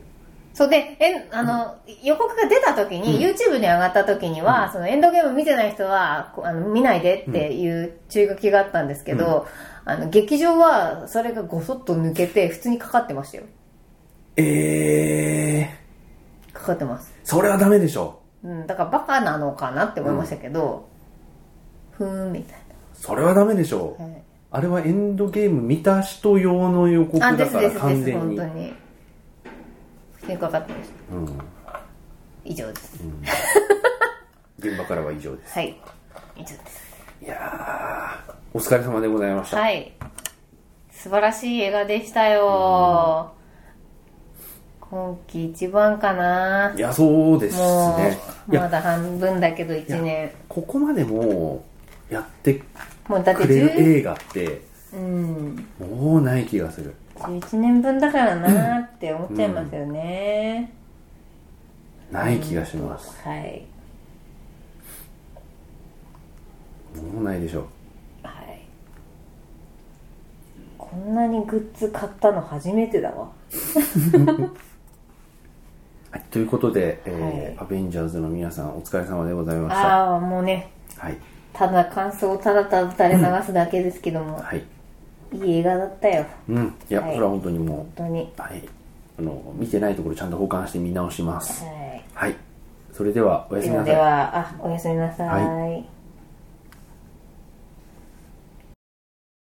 Speaker 2: そうで、えんあの、予告が出た時に、YouTube に上がった時には、そのエンドゲーム見てない人は、こうあの見ないでっていう注意書きがあったんですけど、あの、劇場は、それがごそっと抜けて、普通にかかってましたよ。
Speaker 1: ええ
Speaker 2: かかってます。
Speaker 1: ー、それはダメでしょ
Speaker 2: うん、だからバカなのかなって思いましたけど、ふーん、みたい
Speaker 1: それはダメでしょ、
Speaker 2: な。はい
Speaker 1: あれはエンドゲーム見た人用の予告
Speaker 2: あ、
Speaker 1: だ
Speaker 2: です
Speaker 1: か
Speaker 2: で
Speaker 1: ら
Speaker 2: す
Speaker 1: 完
Speaker 2: です、
Speaker 1: 全
Speaker 2: 本
Speaker 1: に
Speaker 2: 当に。普通にかかってました。
Speaker 1: うん、
Speaker 2: 以上です。
Speaker 1: 現場からは以上です
Speaker 2: はい。以上です。
Speaker 1: いやーお疲れ様でございました、、。
Speaker 2: はい。素晴らしい映画でしたよ。今季一番かない
Speaker 1: やそうです
Speaker 2: も
Speaker 1: ね
Speaker 2: う、
Speaker 1: いや
Speaker 2: まだ半分だけど1年。
Speaker 1: ここまでもうやって
Speaker 2: もうだって
Speaker 1: くれる
Speaker 2: 10、
Speaker 1: 映画って
Speaker 2: うん、
Speaker 1: もうない気がする
Speaker 2: 11年分だからなって思っちゃいますよね。
Speaker 1: ない気がします
Speaker 2: はい。
Speaker 1: もうないでしょ
Speaker 2: はい。こんなにグッズ買ったの初めてだわ。
Speaker 1: はい、ということで、えー
Speaker 2: は
Speaker 1: アベンジャーズの皆さんお疲れ様でございました
Speaker 2: ああ、もうね、
Speaker 1: はい
Speaker 2: ただ感想をただただ垂れ流すだけですけども、
Speaker 1: はい
Speaker 2: いい映画だったよ。
Speaker 1: うんいや、
Speaker 2: はい
Speaker 1: これは本当にも
Speaker 2: 本当に。
Speaker 1: うはいあの見てないところちゃんと保管して見直します
Speaker 2: はい。
Speaker 1: はいそれではおやす
Speaker 2: で
Speaker 1: みな
Speaker 2: はで
Speaker 1: さい
Speaker 2: は、あ、おやすみなさい。
Speaker 1: は